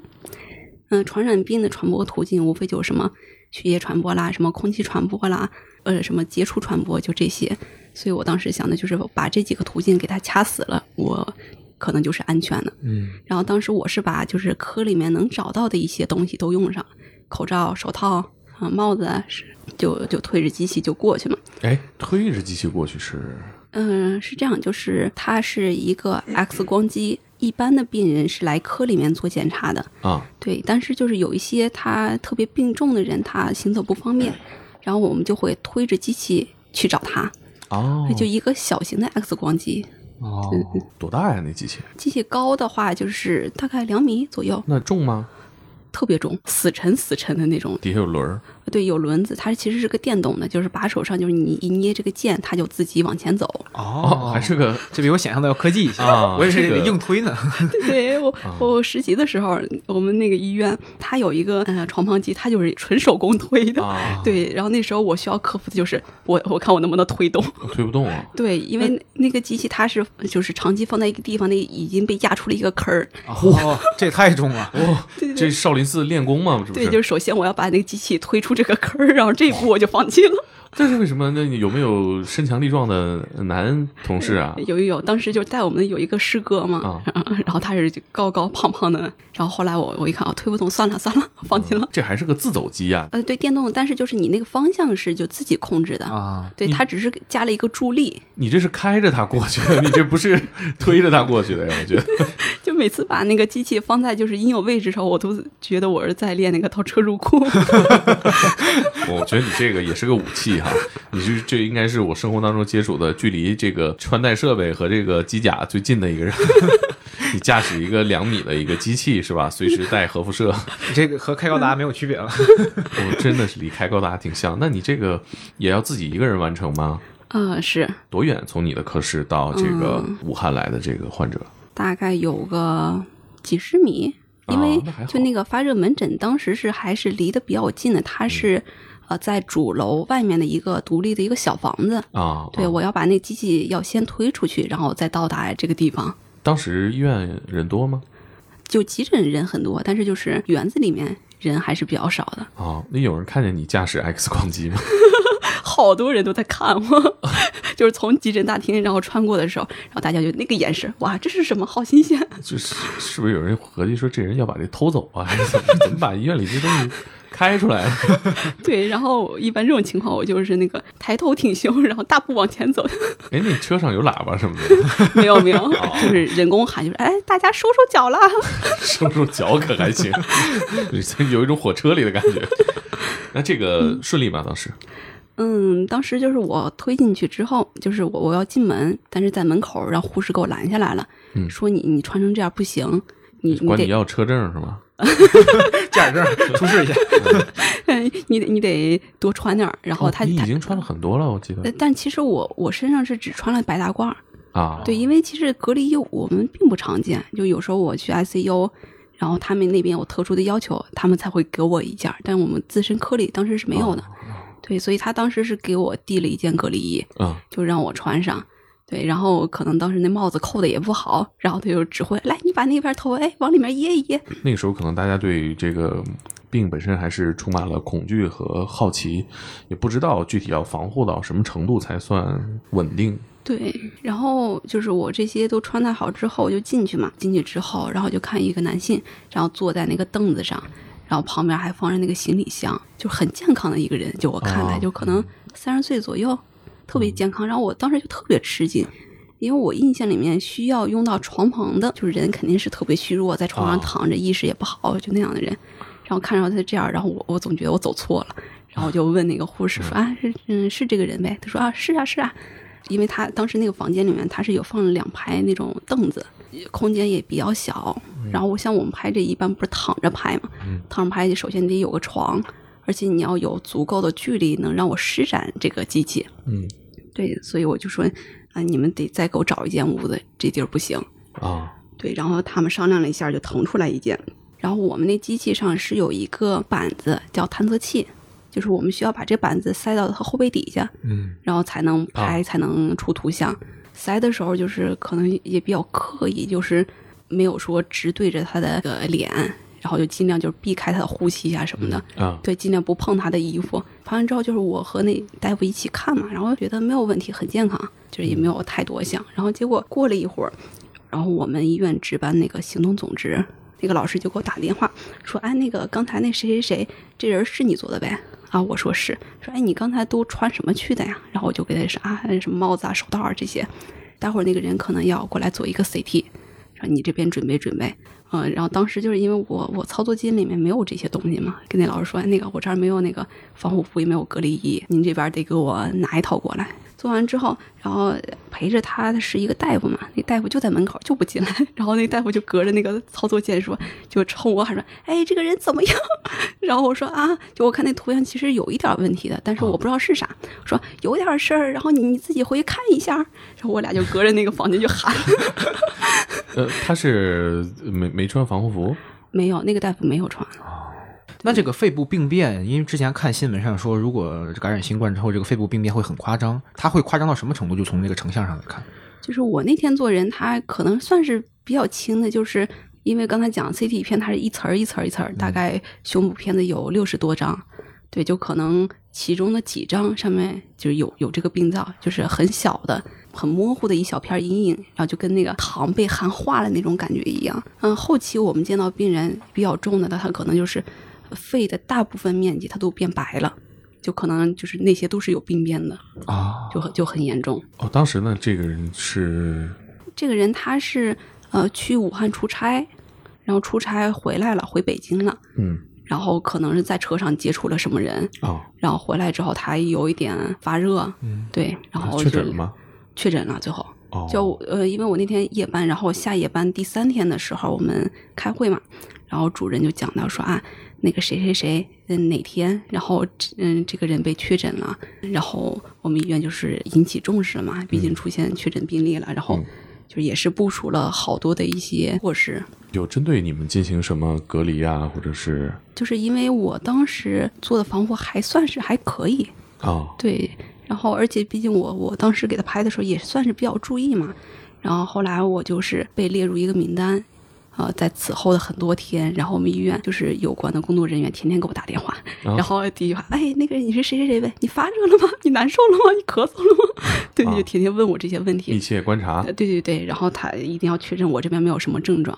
B: 嗯，传染病的传播途径无非就是什么血液传播啦，什么空气传播啦，呃，什么接触传播，就这些。所以我当时想的就是把这几个途径给它掐死了，我可能就是安全的。
C: 嗯
B: 然后当时我是把就是科里面能找到的一些东西都用上，口罩、手套啊、帽子啊，是就就推着机器就过去嘛。
A: 哎，推着机器过去是
B: 嗯，是这样，就是它是一个 X 光机，一般的病人是来科里面做检查的，
A: 啊，
B: 对。但是就是有一些他特别病重的人，他行走不方便，然后我们就会推着机器去找他，
A: 哦，
B: 就一个小型的 X 光机。
C: 哦，
A: 多大呀那机器？
B: 机器高的话就是大概两米左右，
A: 那重吗？
B: 特别重，死沉死沉的那种。
A: 底下有轮儿
B: 对，有轮子，它其实是个电动的，就是把手上就是你一捏这个键，它就自己往前走。
C: 哦，
A: 还是个
C: 这比我想象的要科技一些
A: 啊
C: 我也是
A: 这
C: 得
A: 个
C: 硬推呢。
B: 对我，我实习的时候，我们那个医院它有一个呃床旁机，它就是纯手工推的。
A: 啊，
B: 对，然后那时候我需要克服的就是我，我看我能不能推动。
A: 推不动啊。
B: 对，因为那个机器它是就是长期放在一个地方，那已经被压出了一个坑儿。
C: 哦，这也太重了。
A: 哦，这少林寺练功吗？这不
B: 对，就是首先我要把那个机器推出这个坑儿，然后这一步我就放弃了。
A: 这是为什么？那你有没有身强力壮的男同事啊？
B: 有有有，当时就带我们有一个师哥嘛， 然后他是就高高胖胖的，然后后来我我一看啊，推不动，算了算了，放弃了。
A: 这还是个自走机啊呀、
B: 呃，对，电动，但是就是你那个方向是就自己控制的，
C: 啊，
B: 对，它只是给加了一个助力，
A: 你这是开着它过去的，你这不是推着它过去的呀？我 觉得
B: 就每次把那个机器放在就是应有位置的时候，我都觉得我是在练那个倒车入库。
A: 我觉得你这个也是个武器哈。你这这应该是我生活当中接触的距离这个穿戴设备和这个机甲最近的一个人。 你驾驶一个两米的一个机器是吧？随时带核辐射，
C: 你这个和开高达没有区别了。
A: 我真的是离开高达挺像。那你这个也要自己一个人完成吗？
B: 呃，是
A: 多远从你的科室到这个
B: 嗯
A: 武汉来的这个患者？
B: 大概有个几十米，因为
A: 哦那还好
B: 就那个发热门诊当时是还是离得比较近的，
A: 嗯
B: 它是呃在主楼外面的一个独立的一个小房子。
A: 啊，
B: 对，
A: 啊
B: 我要把那机器要先推出去，然后再到达这个地方。
A: 当时医院人多吗？
B: 就急诊人很多，但是就是园子里面人还是比较少的，
A: 啊，那有人看见你驾驶 X 光机吗？
B: 好多人都在看我，就是从急诊大厅然后穿过的时候，然后大家就那个眼神，哇，这是什么？好新鲜！
A: 就是是不是有人合计说这人要把这偷走啊？还 是怎么怎么把医院里这东西开出来？
B: 对，然后一般这种情况，我就是那个抬头挺胸，然后大步往前走，
A: 哎，那车上有喇叭什么的，
B: 没有没有，就是人工喊，就是哎，大家收收脚啦。
A: 收收脚可还行， 有一种火车里的感觉。 那这个顺利吗？当时
B: 嗯，当时就是我推进去之后，就是我我要进门，但是在门口，然后护士给我拦下来了，
A: 嗯
B: 说你你穿成这样不行，你你
A: 管
B: 得
A: 你要车证是吗？
C: 驾驶证出示一下。
B: 你得你得多穿点儿。然后他、
A: 哦你已
B: 他
A: 经穿了很多了，我记得
B: 呃但其实我我身上是只穿了白大褂儿，
A: 啊，
B: 呃对，因为其实隔离衣我们并不常见，就有时候我去 ICU，然后他们那边有特殊的要求，他们才会给我一件儿，但我们自身科里当时是没有
A: 哦
B: 的，对，所以他当时是给我递了一件隔离衣，
A: 啊，
B: 就让我穿上。对，然后可能当时那帽子扣的也不好，然后他就指挥来，你把那边头哎往里面掖一掖。
A: 那个时候可能大家对这个病本身还是充满了恐惧和好奇，也不知道具体要防护到什么程度才算稳定。
B: 对，然后就是我这些都穿戴好之后，我就进去嘛。进去之后，然后就看一个男性，然后坐在那个凳子上，然后旁边还放着那个行李箱，就是很健康的一个人。就我看来，
A: 哦嗯
B: 就可能三十岁左右，特别健康。然后我当时就特别吃惊，因为我印象里面需要用到床旁的，就是人肯定是特别虚弱，在床上
A: 哦
B: 躺着，意识也不好，就那样的人。然后看着他这样，然后我我总觉得我走错了，然后我就问那个护士说啊是嗯是这个人呗？他说啊是啊是啊，因为他当时那个房间里面他是有放了两排那种凳子，空间也比较小。然后像我们拍这一般不是躺着拍嘛，躺着拍首先得有个床，而且你要有足够的距离能让我施展这个机器。
A: 嗯
B: 对，所以我就说啊、你们得再给我找一间屋子，这地儿不行。
A: 啊
B: 对，然后他们商量了一下，就腾出来一件。然后我们那机器上是有一个板子叫探测器，就是我们需要把这板子塞到它后背底下，
C: 嗯，
B: 然后才能拍，
A: 啊
B: 才能出图像。塞的时候就是可能也比较刻意，就是没有说直对着他的呃脸，然后就尽量就是避开他的呼吸啊什么的。
A: 啊
B: 对，尽量不碰他的衣服。拍完之后，就是我和那大夫一起看嘛，然后觉得没有问题，很健康，就是也没有太多项。然后结果过了一会儿，然后我们医院值班那个行动总值那个老师就给我打电话说：“哎，那个刚才那谁谁谁，这人是你做的呗？”啊，我说是。说：“哎，你刚才都穿什么去的呀？”然后我就给他说：“啊，什么帽子啊、手套啊这些。”待会儿那个人可能要过来做一个 CT，说你这边准备准备。嗯，然后当时就是因为我我操作机里面没有这些东西嘛，跟那老师说，哎那个我这儿没有那个防护服，也没有隔离衣，您这边得给我拿一套过来。做完之后，然后陪着他的是一个大夫嘛，那大夫就在门口就不进来， 然后那大夫就隔着那个操作键说，就冲我喊说，哎，这个人怎么样？ 然后我说啊，就我看那图像其实有一点问题的，但是我不知道是啥，说有点事儿，然后你你自己回去看一下。然后我俩就隔着那个房间就喊，
A: 呃，他是没没穿防护服
B: 没有，那个大夫没有穿。
C: 那这个肺部病变，因为之前看新闻上说，如果感染新冠之后，这个肺部病变会很夸张，它会夸张到什么程度？就从这个成像上来看，
B: 就是我那天做人，他可能算是比较轻的，就是因为刚才讲 CT 片，它是一层儿一层儿一层儿，大概胸部片子有六十多张，对，就可能其中的几张上面就有有这个病灶，就是很小的、很模糊的一小片儿阴影，然后就跟那个糖被含化了那种感觉一样。嗯，后期我们见到病人比较重的，他可能就是肺的大部分面积它都变白了，就可能就是那些都是有病变的，
C: 啊，
B: 就很就很严重。
A: 哦。当时呢，这个人是
B: 这个人他是呃去武汉出差，然后出差回来了，回北京了，
A: 嗯
B: 然后可能是在车上接触了什么人，
A: 哦，
B: 然后回来之后他有一点发热，
C: 嗯，
B: 对，然后
A: 啊确
B: 哦就
A: 诊了？吗？
B: 确诊了，最后。
A: 哦，
B: 就呃，因为我那天夜班，然后下夜班第三天的时候，我们开会嘛，然后主任就讲到说啊，那个谁谁谁，嗯，哪天，然后这嗯，这个人被确诊了，然后我们医院就是引起重视了嘛，毕竟出现确诊病例了，然后
A: 嗯
B: 就也是部署了好多的一些措施，
A: 有针对你们进行什么隔离啊，或者是
B: 就是因为我当时做的防护还算是还可以，
A: 哦
B: 对，然后而且毕竟我我当时给他拍的时候也算是比较注意嘛，然后后来我就是被列入一个名单，呃，在此后的很多天，然后我们医院就是有关的工作人员天天给我打电话，
A: 啊
B: 然后第一句话，哎，那个你是谁谁谁呗？你发热了吗？你难受了吗？你咳嗽了吗？对，
A: 啊
B: 就天天问我这些问题
A: 密。切观察
B: 呃对对对，然后他一定要确认我这边没有什么症状。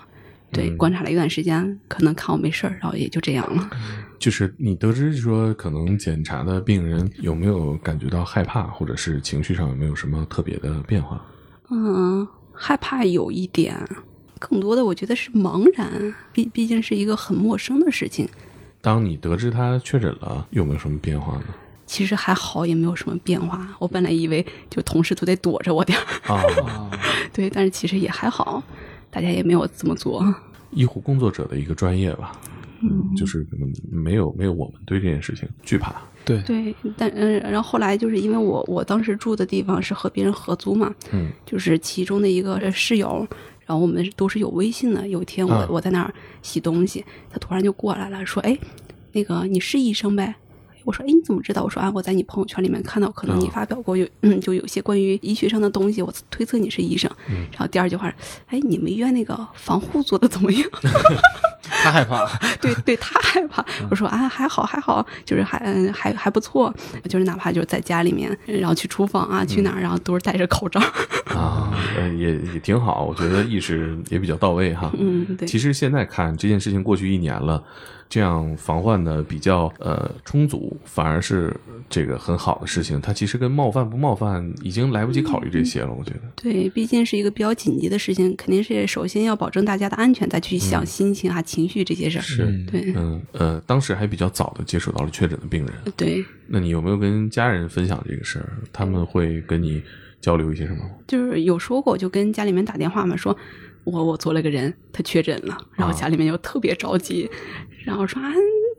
B: 对，
A: 嗯
B: 观察了一段时间，可能看我没事儿，然后也就这样了。
A: 就是你得知说可能检查的病人有没有感觉到害怕，或者是情绪上有没有什么特别的变化？
B: 嗯，害怕有一点，更多的我觉得是茫然，毕毕竟是一个很陌生的事情。
A: 当你得知他确诊了，有没有什么变化呢？
B: 其实还好，也没有什么变化。我本来以为就同事都得躲着我点儿，
A: 啊，
C: 啊，
B: 对，但是其实也还好，大家也没有这么做。
A: 医护工作者的一个专业吧。嗯，就是可能没有没有我们对这件事情惧怕。
C: 对，
B: 对，但嗯，然后后来就是因为我我当时住的地方是和别人合租嘛，
A: 嗯，
B: 就是其中的一个呃室友，然后我们都是有微信的。有一天我、
C: 啊
B: 我在那儿洗东西，他突然就过来了，说：“哎，那个你是医生呗？”我说：“哎，你怎么知道？”我说：“啊，我在你朋友圈里面看到，可能你
A: 啊
B: 发表过有、嗯，就有些关于医学上的东西，我推测你是医生。然后第二句话是：“哎，你们医院那个防护做的怎么样？”
C: 他害怕，
B: 对对他害怕。我说啊，还好还好，就是还嗯还还不错，就是哪怕就是在家里面，然后去厨房啊，去
A: 嗯
B: 哪儿，然后都是戴着口罩。
A: 啊，呃也也挺好，我觉得意识也比较到位 哈。
B: 嗯，对，
A: 其实现在看这件事情过去一年了，这样防范的比较呃充足，反而是这个很好的事情。它其实跟冒犯不冒犯已经来不及考虑这些了，我觉得。
B: 对，毕竟是一个比较紧急的事情，肯定是首先要保证大家的安全，再去想心情啊、情绪这些事
A: 嗯
B: 儿。
A: 是
C: 嗯
B: 对
A: 嗯呃，当时还比较早的接触到了确诊的病人，
B: 对，
A: 那你有没有跟家人分享这个事儿？他们会跟你交流一些什么吗？
B: 就是有说过，就跟家里面打电话嘛，说我我做了个人，他确诊了，然后
A: 啊
B: 家里面又特别着急，然后说啊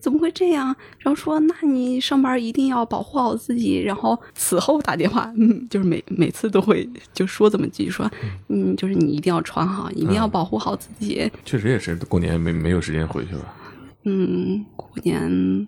B: 怎么会这样？然后说那你上班一定要保护好自己，然后此后打电话，嗯，就是每每次都会就说这么几句，说嗯，就是你一定要穿好，一定要保护好自己，
A: 确实也是过年没没有时间回去吧。
B: 嗯，过年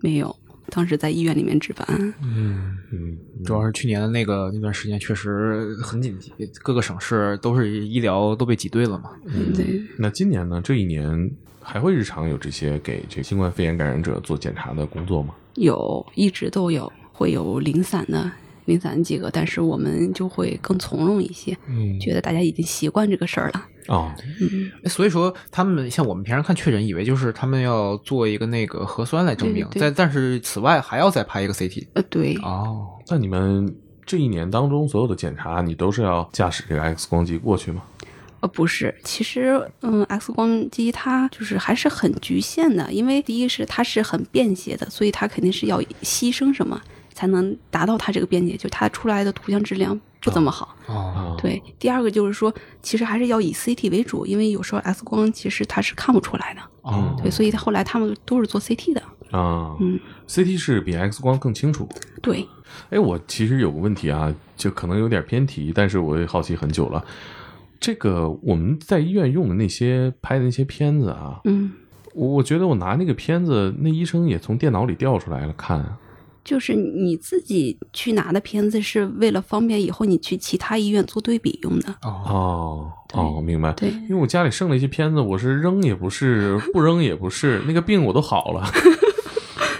B: 没有。当时在医院里面值班，
C: 嗯，
A: 嗯，
C: 主要是去年的那个那段时间确实很紧急，各个省市都是医疗都被挤兑了嘛。
B: 嗯对，
A: 嗯那今年呢？这一年还会日常有这些给这新冠肺炎感染者做检查的工作吗？
B: 有，一直都有，会有零散的零散几个，但是我们就会更从容一些，
A: 嗯
B: 觉得大家已经习惯这个事儿了。
A: 哦，
B: 嗯，
C: 哎所以说，他们像我们平常看确诊，以为就是他们要做一个那个核酸来证明，
B: 对对
C: 但但是此外还要再拍一个 CT。
B: 呃，对，
C: 哦，
A: 那你们这一年当中所有的检查，你都是要驾驶这个 X 光机过去吗？
B: 呃，不是，其实，嗯，X 光机它就是还是很局限的，因为第一是它是很便携的，所以它肯定是要牺牲什么才能达到它这个便捷，就它出来的图像质量不怎么好。
C: 哦，
A: 啊，，
B: 对，第二个就是说，其实还是要以 CT 为主，因为有时候 X 光其实它是看不出来的，
C: 哦，
B: 对，所以后来他们都是做 CT 的。
A: 啊，
B: 嗯
A: ，CT 是比 X 光更清楚。
B: 对，
A: 哎，我其实有个问题啊，就可能有点偏题，但是我也好奇很久了。这个我们在医院用的那些拍的那些片子啊，
B: 嗯，
A: 我我觉得我拿那个片子，那医生也从电脑里调出来了看啊。
B: 就是你自己去拿的片子是为了方便以后你去其他医院做对比用的。
C: 哦，
A: 哦
B: 对
A: 哦，明白。
B: 对
A: 因为我家里剩了一些片子，我是扔也不 是，不扔也不是，那个病我都好了。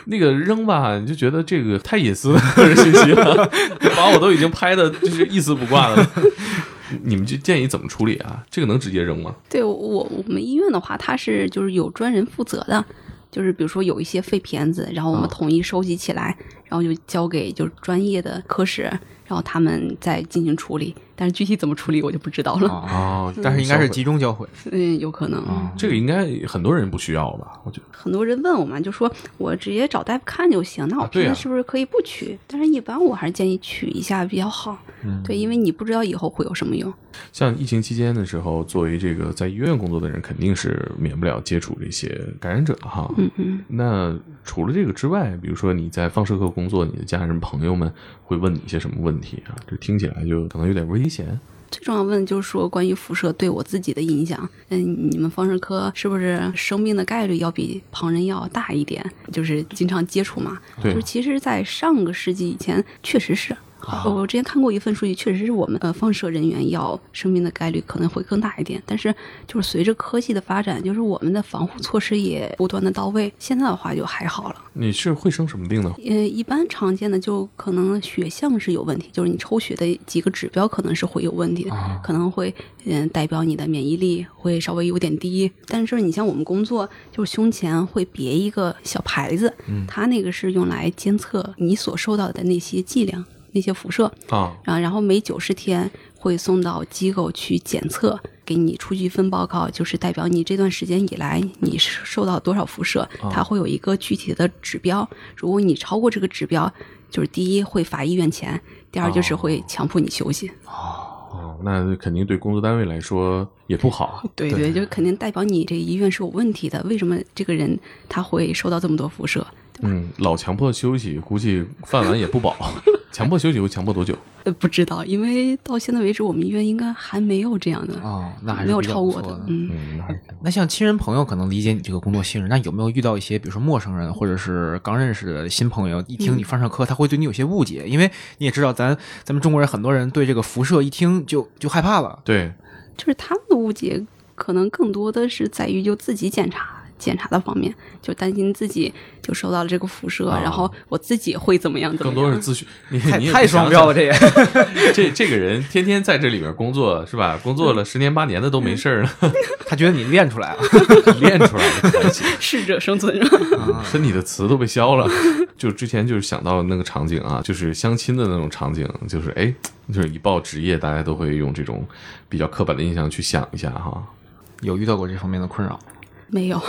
A: 那个扔吧，你就觉得这个太隐私的信息了， 把我都已经拍的就是一丝不挂了。 你们就建议怎么处理啊？这个能直接扔吗？
B: 对我我们医院的话，它是就是有专人负责的，就是比如说有一些废片子，然后我
A: 啊
B: 们统一收集起来，然后就交给就是专业的科室，然后他们再进行处理。但是具体怎么处理我就不知道了，
C: 哦，
A: 哦
C: 但是应该是集中交汇。
B: 嗯，有可能。
C: 啊
A: 这个应该很多人不需要吧？我觉得
B: 很多人问我嘛，就说我直接找大夫看就行，那我
A: 啊对啊
B: 平时是不是可以不取？但是一般我还是建议取一下比较好，
A: 嗯
B: 对，因为你不知道以后会有什么用。
A: 像疫情期间的时候，作为这个在医院工作的人，肯定是免不了接触这些感染者的哈。
B: 嗯嗯。
A: 那除了这个之外，比如说你在放射科工作，你的家人朋友们会问你一些什么问题啊？这听起来就可能有点危险。
B: 最重要的问就是说关于辐射对我自己的影响。嗯，你们放射科是不是生病的概率要比旁人要大一点？就是经常接触嘛。
A: 对
C: 哦
B: 就是其实，在上个世纪以前，确实是。我之前看过一份数据，确实是我们呃放射人员要生病的概率可能会更大一点，但是就是随着科技的发展，就是我们的防护措施也不断的到位，现在的话就还好了。
A: 你是会生什么病 呢？
B: 呃，一般常见的就可能血象是有问题，就是你抽血的几个指标可能是会有问题的，
C: 啊
B: 可能会嗯、代表你的免疫力会稍微有点低。但是你像我们工作，就是胸前会别一个小牌子，它那个是用来监测你所受到的那些剂量、那些辐射。
C: 哦
A: 啊，
B: 然后然后每九十天会送到机构去检测，给你出具一份报告，就是代表你这段时间以来你是受到多少辐射，
C: 哦
B: 它会有一个具体的指标。如果你超过这个
C: 哦
B: 指标，就是第一会罚一元钱，第二就是会强迫你休息。
A: 啊，那肯定对工作单位来说也不好。
B: 对对，就肯定代表你这医院是有问题的。为什么这个人他会受到这么多辐射？
A: 嗯，老强迫休息，估计饭碗也不保。 强迫休息会强迫多久？
B: 呃，不知道，因为到现在为止，我们医院应该还没有这样的，
C: 哦，那还是
B: 没有
C: 比较
B: 超
C: 不
B: 过
C: 错的。
B: 嗯，
A: 嗯，那还
C: 那像亲人朋友可能理解你这个工作性质，那有没有遇到一些，比如说陌生人或者是刚认识的新朋友，一听你
A: 嗯
C: 放射科，他会对你有些误解？因为你也知道咱，咱们中国人很多人对这个辐射一听就就害怕 了。
A: 对，
B: 就是他们的误解可能更多的是在于就自己检查。检查的方面，就担心自己就受到了这个辐射，
A: 啊
B: 然后我自己会怎么样？怎么
A: 更
B: 样？
A: 多是自学。你
C: 太
A: 你也
C: 太
A: 不想
C: 双标了，
A: 想
C: 这 也。
A: 这这个人天天在这里边工作是吧？工作了十年八年的都没事儿呢，
C: 他觉得你练 出来了。
A: 练出来 了才行。
B: 适者生存是 吧？
C: 啊
A: 身体的词都被消了。就之前就是想到那个场景啊，就是相亲的那种场景，就是哎，就是一报职业，大家都会用这种比较刻板的印象去想一下哈。
C: 有遇到过这方面的困扰？
B: 没有，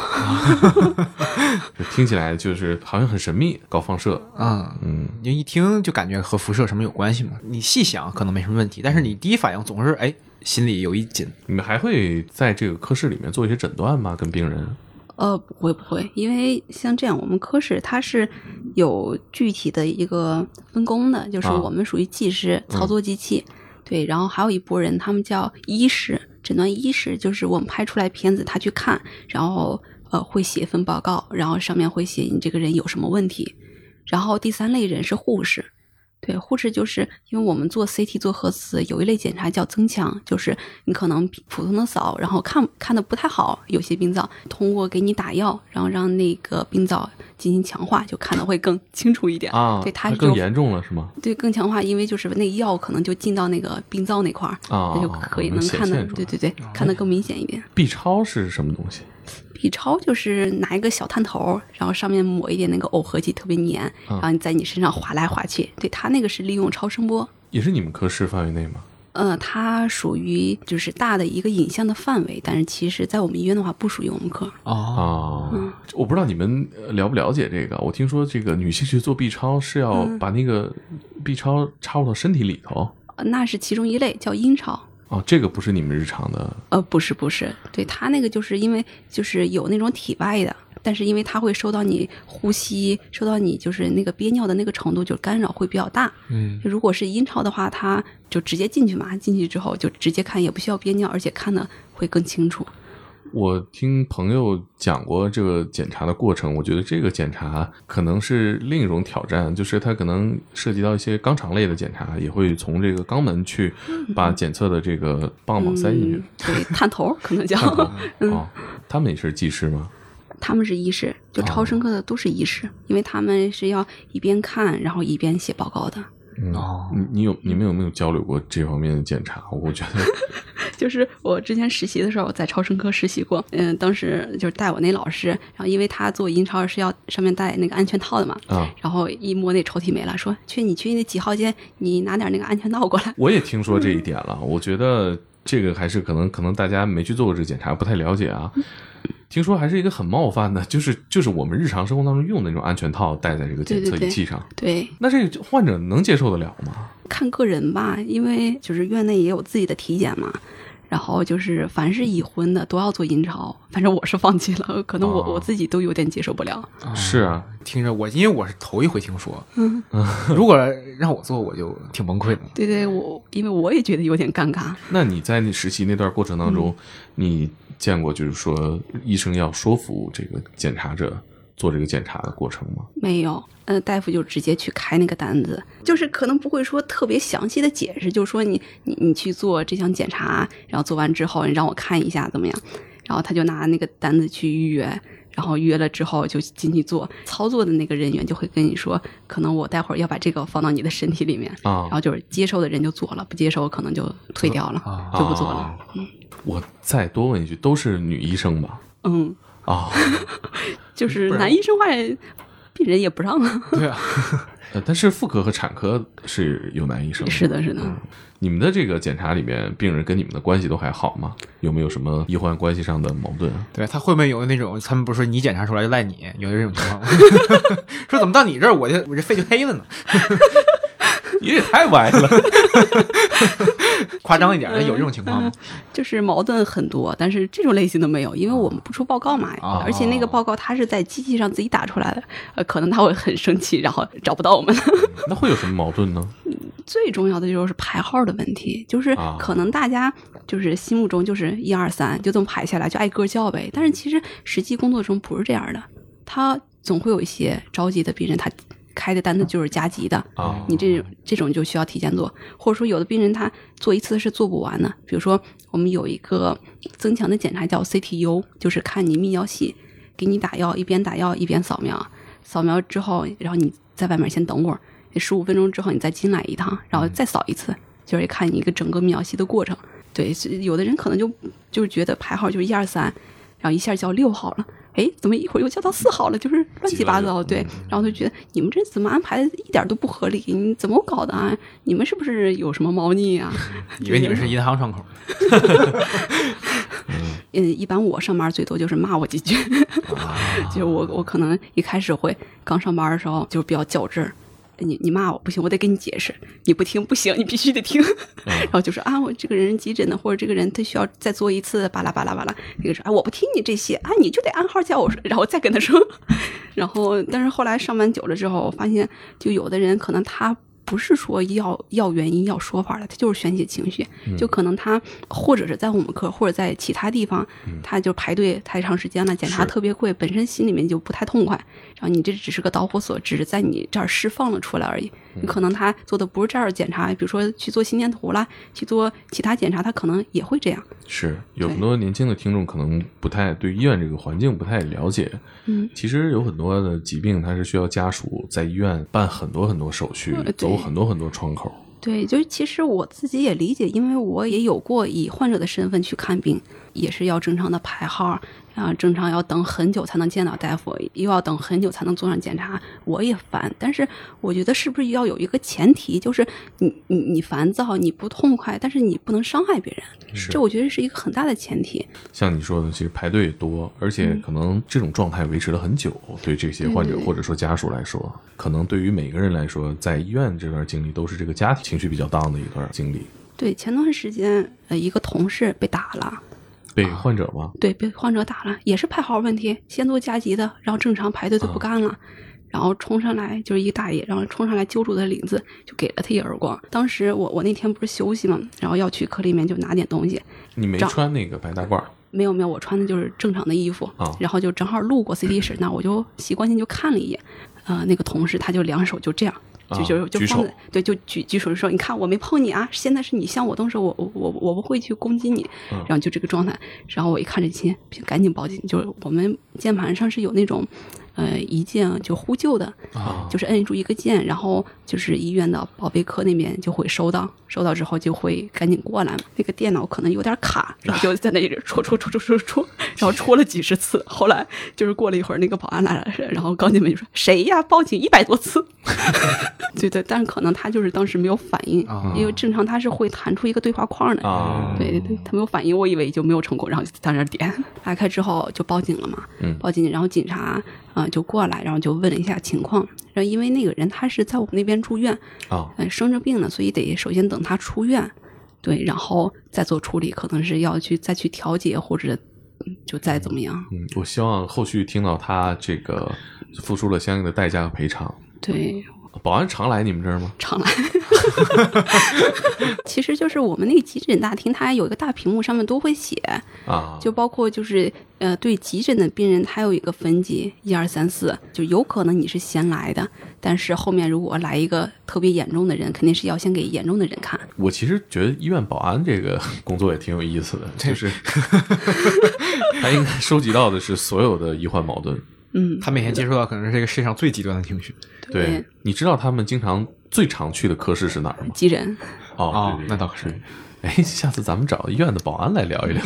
A: 就听起来就是好像很神秘，搞放射，
C: 嗯，
A: 嗯，
C: 你一听就感觉和辐射什么有关系嘛。你细想可能没什么问题，但是你第一反应总是哎，心里有一紧。
A: 你们还会在这个科室里面做一些诊断吗？跟病人？
B: 呃，不会不会，因为像这样，我们科室它是有具体的一个分工的，就是
A: 啊嗯
B: 我们属于技师、操作机器，对，然后还有一拨人，他们叫医师，诊断医师，就是我们拍出来片子，他去看，然后呃会写一份报告，然后上面会写你这个人有什么问题，然后第三类人是护士，对，护士就是因为我们做 CT 做核磁有一类检查叫增强，就是你可能比普通的扫，然后看看的不太好，有些病灶通过给你打药，然后让那个病灶进行强化，就看的会更清楚一点
A: 啊，
B: 对，它
A: 那
B: 就
A: 更严重了是吗？
B: 对更强化，因为就是那药可能就进到那个病灶那块儿，
A: 啊
B: 它就
A: 啊啊
B: 可以
A: 能
B: 能
A: 显
B: 看的
A: 现，出
B: 对
A: 来哦
B: 对对，看得更明显一点。
A: B 超是什么东西？
B: B 超就是拿一个小探头，然后上面抹一点那个耦合剂，特别粘，然后你在你身上划来划去，对，它那个是利用超声波。
A: 也是你们科室范围内吗？
B: 呃，它属于就是大的一个影像的范围，但是其实在我们医院的话不属于我们科。
C: 哦，
A: 啊，我不知道你们呃了不了解这个。我听说这个女性去做 B 超是要把那个 B 超插入到身体里头。
B: 呃那是其中一类叫阴超。
A: 哦，这个不是你们日常的
B: 呃，不是不是，对它那个就是因为就是有那种体外的，但是因为它会受到你呼吸，受到你就是那个憋尿的那个程度，就干扰会比较大。
C: 嗯，
B: 就如果是阴超的话，它就直接进去嘛，进去之后就直接看，也不需要憋尿，而且看的会更清楚。
A: 我听朋友讲过这个检查的过程，我觉得这个检查可能是另一种挑战，就是它可能涉及到一些肛肠类的检查，也会从这个肛门去把检测的这个棒棒塞进去
B: 嗯。，对，探头儿可能叫
A: 哦，他们也是技师吗？
B: 他们是医师，就超声科的都是医师，因为他们是要一边看，然后一边写报告的。
A: 嗯
C: 哦
A: 你你有你们有没有交流过这方面的检查？我觉得
B: 就是我之前实习的时候，在超声科实习过，嗯，当时就是带我那老师，然后因为他做阴超是要上面戴那个安全套的嘛，
A: 啊，
B: 然后一摸那抽屉没了，说去你去那几号间，你拿点那个安全套过来。
A: 我也听说这一点了。我觉得这个还是可能可能大家没去做过这个检查，不太了解啊。听说还是一个很冒犯的，就是就是我们日常生活当中用的那种安全套戴在这个检测
B: 对对对
A: 仪器上。
B: 对，
A: 那这个患者能接受得了吗？
B: 看个人吧，因为就是院内也有自己的体检嘛。然后就是，凡是已婚的都要做阴超，反正我是放弃了，可能我、
A: 哦
B: 我自己都有点接受不了。
A: 是啊，
C: 听着我，因为我是头一回听说。嗯， 如果让我做，我就挺崩 溃的。
B: 对对，我因为我也觉得有点尴尬。
A: 那你在你实习那段过程当
B: 嗯
A: 中，你见过就是说医生要说服这个检查者做这个检查的过程吗？
B: 没有，呃，大夫就直接去开那个单子，就是可能不会说特别详细的解释，就是说你你你去做这项检查，然后做完之后你让我看一下怎么样，然后他就拿那个单子去预约，然后约了之后就进去做操作的那个人员就会跟你说，可能我待会儿要把这个放到你的身体里面，
A: 啊
B: 然，后就是接受的人就做了，不接受可能就退掉了，
C: 啊
B: 就不做了。
A: 啊我再多问一句，都是女医生吧？
B: 嗯，
A: 啊、
B: 就是男医生话，病人也不让啊。
C: 对啊，
A: 呃，但是妇科和产科是有男医生。
B: 是的，是的。
A: 你们的这个检查里面，病人跟你们的关系都还好吗？有没有什么医患关系上的矛盾啊？
C: 对他会不会有那种，他们不是说你检查出来就赖你， 有这种情况吗？说怎么到你这儿我就我这肺就黑了呢？
A: 你也太歪了。
C: 夸 张一点，
B: 嗯
C: 有这种情况吗？
B: 就是矛盾很多，但是这种类型的没有，因为我们不出报告嘛，
C: 哦
B: 而且那个报告他是在机器上自己打出来的，呃，可能他会很生气，然后找不到我们。
A: 那会有什么矛盾呢？
B: 最重要的就是排号的问题，就是
A: 啊
B: 可能大家就是心目中就是一二三就这么排下来，就挨个叫呗。但是其实实际工作中不是这样的，他总会有一些着急的病人，他开的单子就是加急的，
A: 啊，
B: 你这种这种就需要提前做，或者说有的病人他做一次是做不完的。比如说我们有一个增强的检查叫 CTU，就是看你泌尿系，给你打药，一边打药一边扫描，扫描之后，然后你在外面先等会儿，十五分钟之后你再进来一趟，然后再扫一次，就是看你一个整个泌尿系的过程。对，所以有的人可能就就是觉得排号就是一二三，然后一下叫六号了。哎，怎么一会儿又叫到四号了？就是乱七八糟，对。然后就觉得你们这怎么安排的，一点都不合理，你怎么搞的啊？你们是不是有什么猫腻啊？
C: 以为你们是银行窗口，
B: 嗯，一般我上班最多就是骂我几句， 就是我我可能一开始会刚上班的时候就是比较较真儿，哎你你骂我不行，我得跟你解释，你不听不行，你必须得听， 然后就说啊我这个人急诊的，或者这个人他需要再做一次，巴拉巴拉巴拉，那个说啊我不听你这些啊，你就得按号叫我说，然后再跟他说， 然后但是后来上班久了之后，我发现就有的人可能他不是说要要原因要说法的，他就是宣泄情绪，就可能他或者是在我们科或者在其他地方，他就排队太长时间了，检查
A: 是
B: 特别贵，本身心里面就不太痛快，然后你这只是个导火索，只是在你这儿释放了出来而已。你可能他做的不是这儿的检查，比如说去做心电图啦，去做其他检查，他可能也会这样。
A: 是有
B: 对
A: 很多年轻的听众可能不太对医院这个环境不太了解。
B: 嗯，
A: 其实有很多的疾病，它是需要家属在医院办很多很多手续
B: 呃，对
A: 走很多很多窗口。
B: 对，就是其实我自己也理解，因为我也有过以患者的身份去看病，也是要正常的排号，啊，正常要等很久才能见到大夫，又要等很久才能做上检查，我也烦。但是我觉得是不是要有一个前提，就是你你你烦躁，你不痛快，但是你不能伤害别人，
A: 是
B: 这我觉得是一个很大的前提。
A: 像你说的，其实排队也多，而且可能这种状态维持了很久。对这些患者
B: 对对
A: 或者说家属来说，可能对于每个人来说，在医院这段经历都是这个家庭情绪比较 down 的一段经历。
B: 对，前段时间呃，一个同事被打了。
A: 被患者吗？
B: 对，被患者打了，也是排号问题，先做加急的，然后正常排队就不干了，然后冲上来就是一大爷，然后冲上来揪住他的领子，就给了他一耳光。当时我我那天不是休息嘛，然后要去科里面就拿点东西，
A: 你没穿那个白大褂儿
B: 没有没有，我穿的就是正常的衣服，
A: 哦
B: 然后就正好路过 CT 室那，我就习惯性就看了一眼，呃，那个同事他就两手就这样。
A: 啊
B: 就就就
A: 举
B: 放
A: 手
B: 在对，就举举手说：“你看我没碰你啊，现在是你向我动手，我我我我不会去攻击你。
A: 嗯
B: 然后就这个状态，然后我一看这亲，就赶紧报警。就是我们键盘上是有那种，呃，一键就呼救的，
A: 啊
B: 就是摁住一个键，然后就是医院的保卫科那边就会收到，收到之后就会赶紧过来嘛。那个电脑可能有点卡，然后就在那里戳戳戳戳戳戳，然后戳了几十次。后来就是过了一会儿，那个保安来了，然后刚进门就说：“谁呀？报警一百多次。” 对对，但是可能他就是当时没有反应，
C: 啊
B: 因为正常他是会弹出一个对话框的。
A: 啊，
B: 对，对他没有反应，我以为就没有成功，然后就在那儿点，嗯 打开之后就报警了嘛，
A: 嗯
B: 报警，然后警察啊、呃就过来，然后就问了一下情况，然后因为那个人他是在我们那边住院，
A: 啊
B: 呃，生着病呢，所以得首先等他出院，对，然后再做处理，可能是要去再去调解或者嗯就再怎么样，
A: 嗯，我希望后续听到他这个付出了相应的代价和赔偿。
B: 对，
A: 保安常来你们这儿吗？
B: 常来。 其实就是我们那个急诊大厅，它有一个大屏幕，上面都会写，
A: 啊，
B: 就包括就是呃，对急诊的病人，他有一个分级，一二三四，就有可能你是先来的，但是后面如果来一个特别严重的人，肯定是要先给严重的人看。
A: 我其实觉得医院保安这个工作也挺有意思的，就是 他应该收集到的是所有的医患矛盾。
B: 嗯，
C: 他每天接触到可能是这个世界上最极端的情绪
A: 对，你知道他们经常最常去的科室是哪儿吗？
B: 急诊，
A: 哦，
C: 哦
A: 对
C: 那倒是。
A: 哎，下次咱们找医院的保安来聊一聊，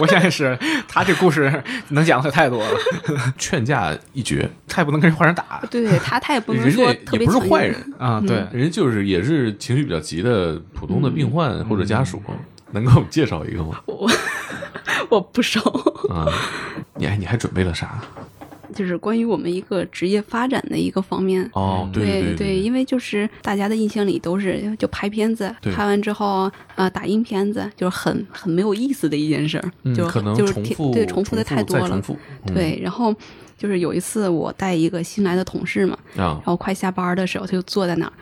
C: 我想也是，他这故事能讲的太多 了，
A: 劝架一绝。
C: 太不能跟人换人打
B: 对他他也不能
A: 人家
B: 说
A: 也
B: 特别
A: 不是
B: 强
A: 坏
B: 硬
A: 人，
B: 嗯
C: 啊！对，
A: 人家就是也是情绪比较急的普通
B: 嗯
A: 的病患或者家属，能给我们介绍一个吗？
B: 我我不熟。
A: 啊，你哎，你还准备了啥？
B: 就是关于我们一个职业发展的一个方面。
A: 哦，对
B: 对
A: 对
B: 因为就是大家的印象里都是就拍片子
A: 对，
B: 拍完之后呃打印片子，就是很很没有意思的一件事儿、
A: 嗯
B: 就
A: 可能
B: 就是
A: 重
B: 挺
A: 复
B: 对重
A: 复
B: 的太多
A: 再重
B: 了，
A: 复
B: 对。然后就是有一次我带一个新来的同事嘛，
A: 啊
B: 然，后快下班儿的时候，他就坐在那儿，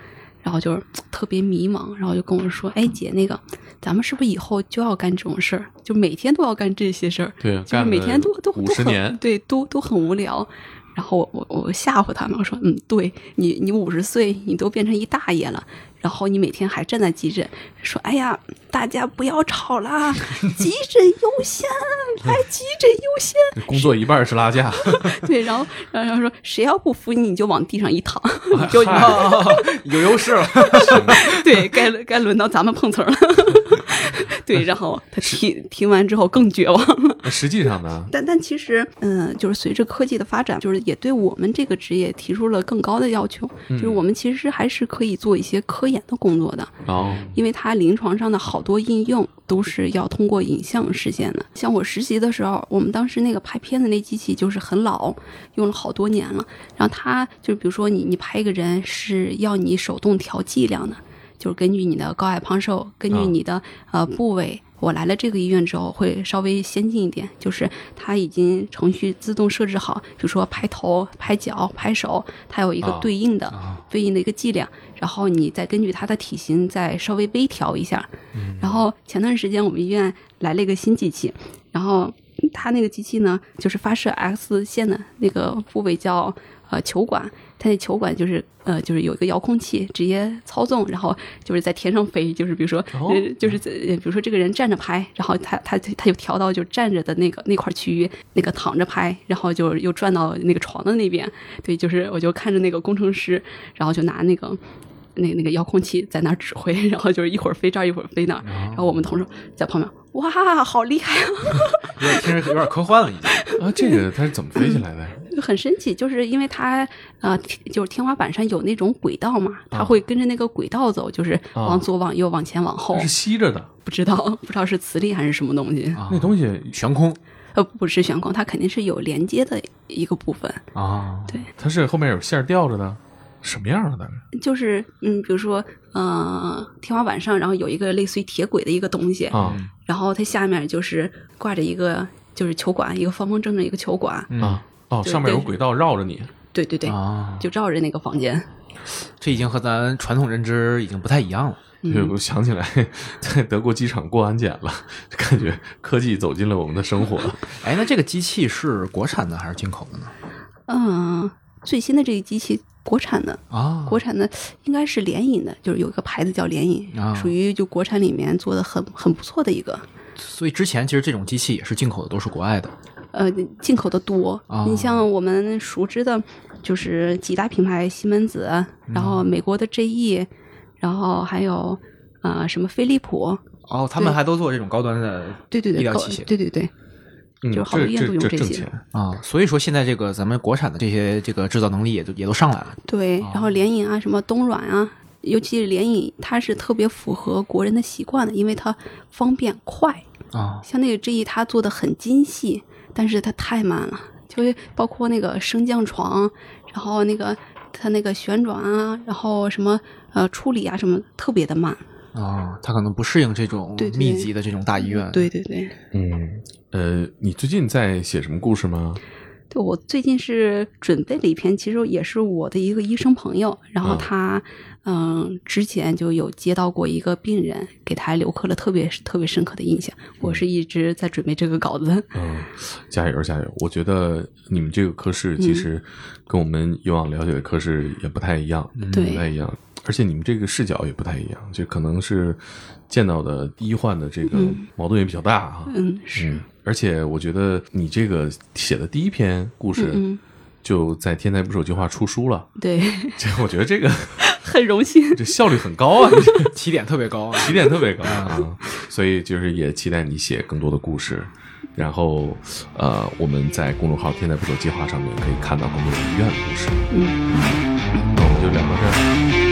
B: 然后就是特别迷茫，然后就跟我说：“哎，姐，那个咱们是不是以后就要干这种事儿？就每天都要干这 些事儿，
A: 对，
B: 就是每天都都
A: 五
B: 都
A: 十
B: 很
A: 年，
B: 对，都都很无聊。”然后我我我吓唬他嘛，我说：“嗯，对你你五十岁，你都变成一大爷了。”然后你每天还站在急诊，说：“哎呀，大家不要吵 啦，急诊优先，来急诊优先。”
A: 工作一半是拉架，
B: 对，然后然后然后说：“谁要不服你，你就往地上一躺，你就你
C: 哎有优势了。
B: 对该轮该轮到咱们碰瓷儿了。 对，然后他听听完之后更绝望。
A: 实际上呢，
B: 但但其实，嗯、就是随着科技的发展，就是也对我们这个职业提出了更高的要求。
C: 嗯
B: 就是我们其实还是可以做一些科研的工作的，
A: 哦，
B: 因为它临床上的好多应用都是要通过影像实现的。像我实习的时候，我们当时那个拍片子那机器就是很老，用了好多年了。然后它就比如说你你拍一个人是要你手动调剂量的，就是根据你的高矮胖瘦，根据
A: 啊
B: 你的、呃部位。我来了这个医院之后，会稍微先进一点，就是它已经程序自动设置好，比如说拍头、拍脚、拍手，它有一个
A: 啊
B: 对应的、
A: 啊
B: 对应的一个剂量，然后你再根据它的体型再稍微微调一下。
A: 嗯
B: 然后前段时间我们医院来了一个新机器，然后它那个机器呢，就是发射 X 线的那个部位叫呃球管，它那球管就是呃就是有一个遥控器直接操纵，然后就是在天上飞，就是比如说、
A: 哦
B: 呃就是在呃比如说这个人站着拍，然后他他他就调到就站着的那个那块区域，那个躺着拍，然后就又转到那个床的那边，对，就是我就看着那个工程师，然后就拿那个。那那个遥控器在那儿指挥，然后就是一会儿飞这儿，一会儿飞那儿。然后我们同事在旁边，哇，好厉害啊！
C: 有点听着有点科幻了，已经。
A: 啊，这个它是怎么飞起来的？
B: 就很神奇，就是因为它呃，天就是天花板上有那种轨道嘛，它会跟着那个轨道走，就是
A: 啊
B: 往左、往右、往前、往后
A: 它是，啊吸着的，
B: 不知道不知道是磁力还是什么东西，
A: 那东西
C: 悬空
B: 呃，不是悬空，它肯定是有连接的一个部分，哦
C: 啊，
A: 它是后面有线儿吊着的，什么样的大概？
B: 就是嗯，比如说呃，天花板上然后有一个类似于铁轨的一个东西，
A: 啊
C: 嗯
B: 然后它下面就是挂着一个就是球管，一个方方正正一个球管，
C: 嗯
A: 啊哦，
B: 对
A: 上面有
B: 对
A: 轨道绕着你，
B: 对对对，
C: 啊，
B: 就绕着那个房间，
C: 这已经和咱传统认知已经不太一样了。
B: 嗯
A: 对，我想起来在德国机场过安检了，感觉科技走进了我们的生活。
C: 哎，那这个机器是国产的还是进口的呢？
B: 嗯、最新的这个机器国产的。
C: 啊，
B: 国产的应该是联影的，就是有一个牌子叫联影，
C: 啊
B: 属于就国产里面做的很很不错的一个，
C: 所以之前其实这种机器也是进口的，都是国外的。
B: 呃，进口的多。
C: 啊
B: 你像我们熟知的，就是几大品牌，西门子，然
C: 嗯
B: 后美国的 GE，、然后还有呃什么飞利浦，
C: 哦，他们还都做这种高端的
B: 对对对，
C: 医疗
B: 高
C: 器械
B: 对对对，
A: 嗯，
B: 就
A: 这
B: 好多医院都
A: 这
B: 用
A: 这
B: 这
A: 挣
B: 些
A: 钱，
C: 啊，所以说现在这个咱们国产的这些这个制造能力也都也都上来了。
B: 对，然后联影啊，什么东软啊，尤其是联影，它是特别符合国人的习惯的，因为它方便快。
C: 啊，
B: 像那个 GE 它做的很精细，但是它太慢了，就是包括那个升降床，然后那个它那个旋转啊，然后什么呃处理啊什么特别的慢。
C: 啊，他可能不适应这种
B: 对对
C: 密集的这种大医院。
B: 对对对，
A: 嗯。呃，你最近在写什么故事吗？
B: 对我最近是准备了一篇，其实也是我的一个医生朋友，然后
A: 嗯
B: 他嗯、之前就有接到过一个病人，给他留刻了特别特别深刻的印象。我是一直在准备这个稿子，
A: 嗯，加油加油！我觉得你们这个科室
B: 嗯
A: 其实跟我们以往了解的科室也不太一样，
B: 对
A: 不太一样，而且你们这个视角也不太一样，就可能是见到的医患的这个
B: 嗯
A: 矛盾也比较大啊。
B: 嗯，是，
A: 嗯，而且我觉得你这个写的第一篇故事
B: 嗯
A: 就在《天才捕手计划》出书了，
B: 对，
A: 这我觉得这个
B: 很荣幸。
A: 这效率很高啊，你 这
C: 起点特别高啊。
A: 起点特别高啊，所以就是也期待你写更多的故事。然后，呃，我们在公众号“天才捕手计划”上面可以看到更多的医院的故事。
B: 嗯，
A: 那我们就聊到这儿。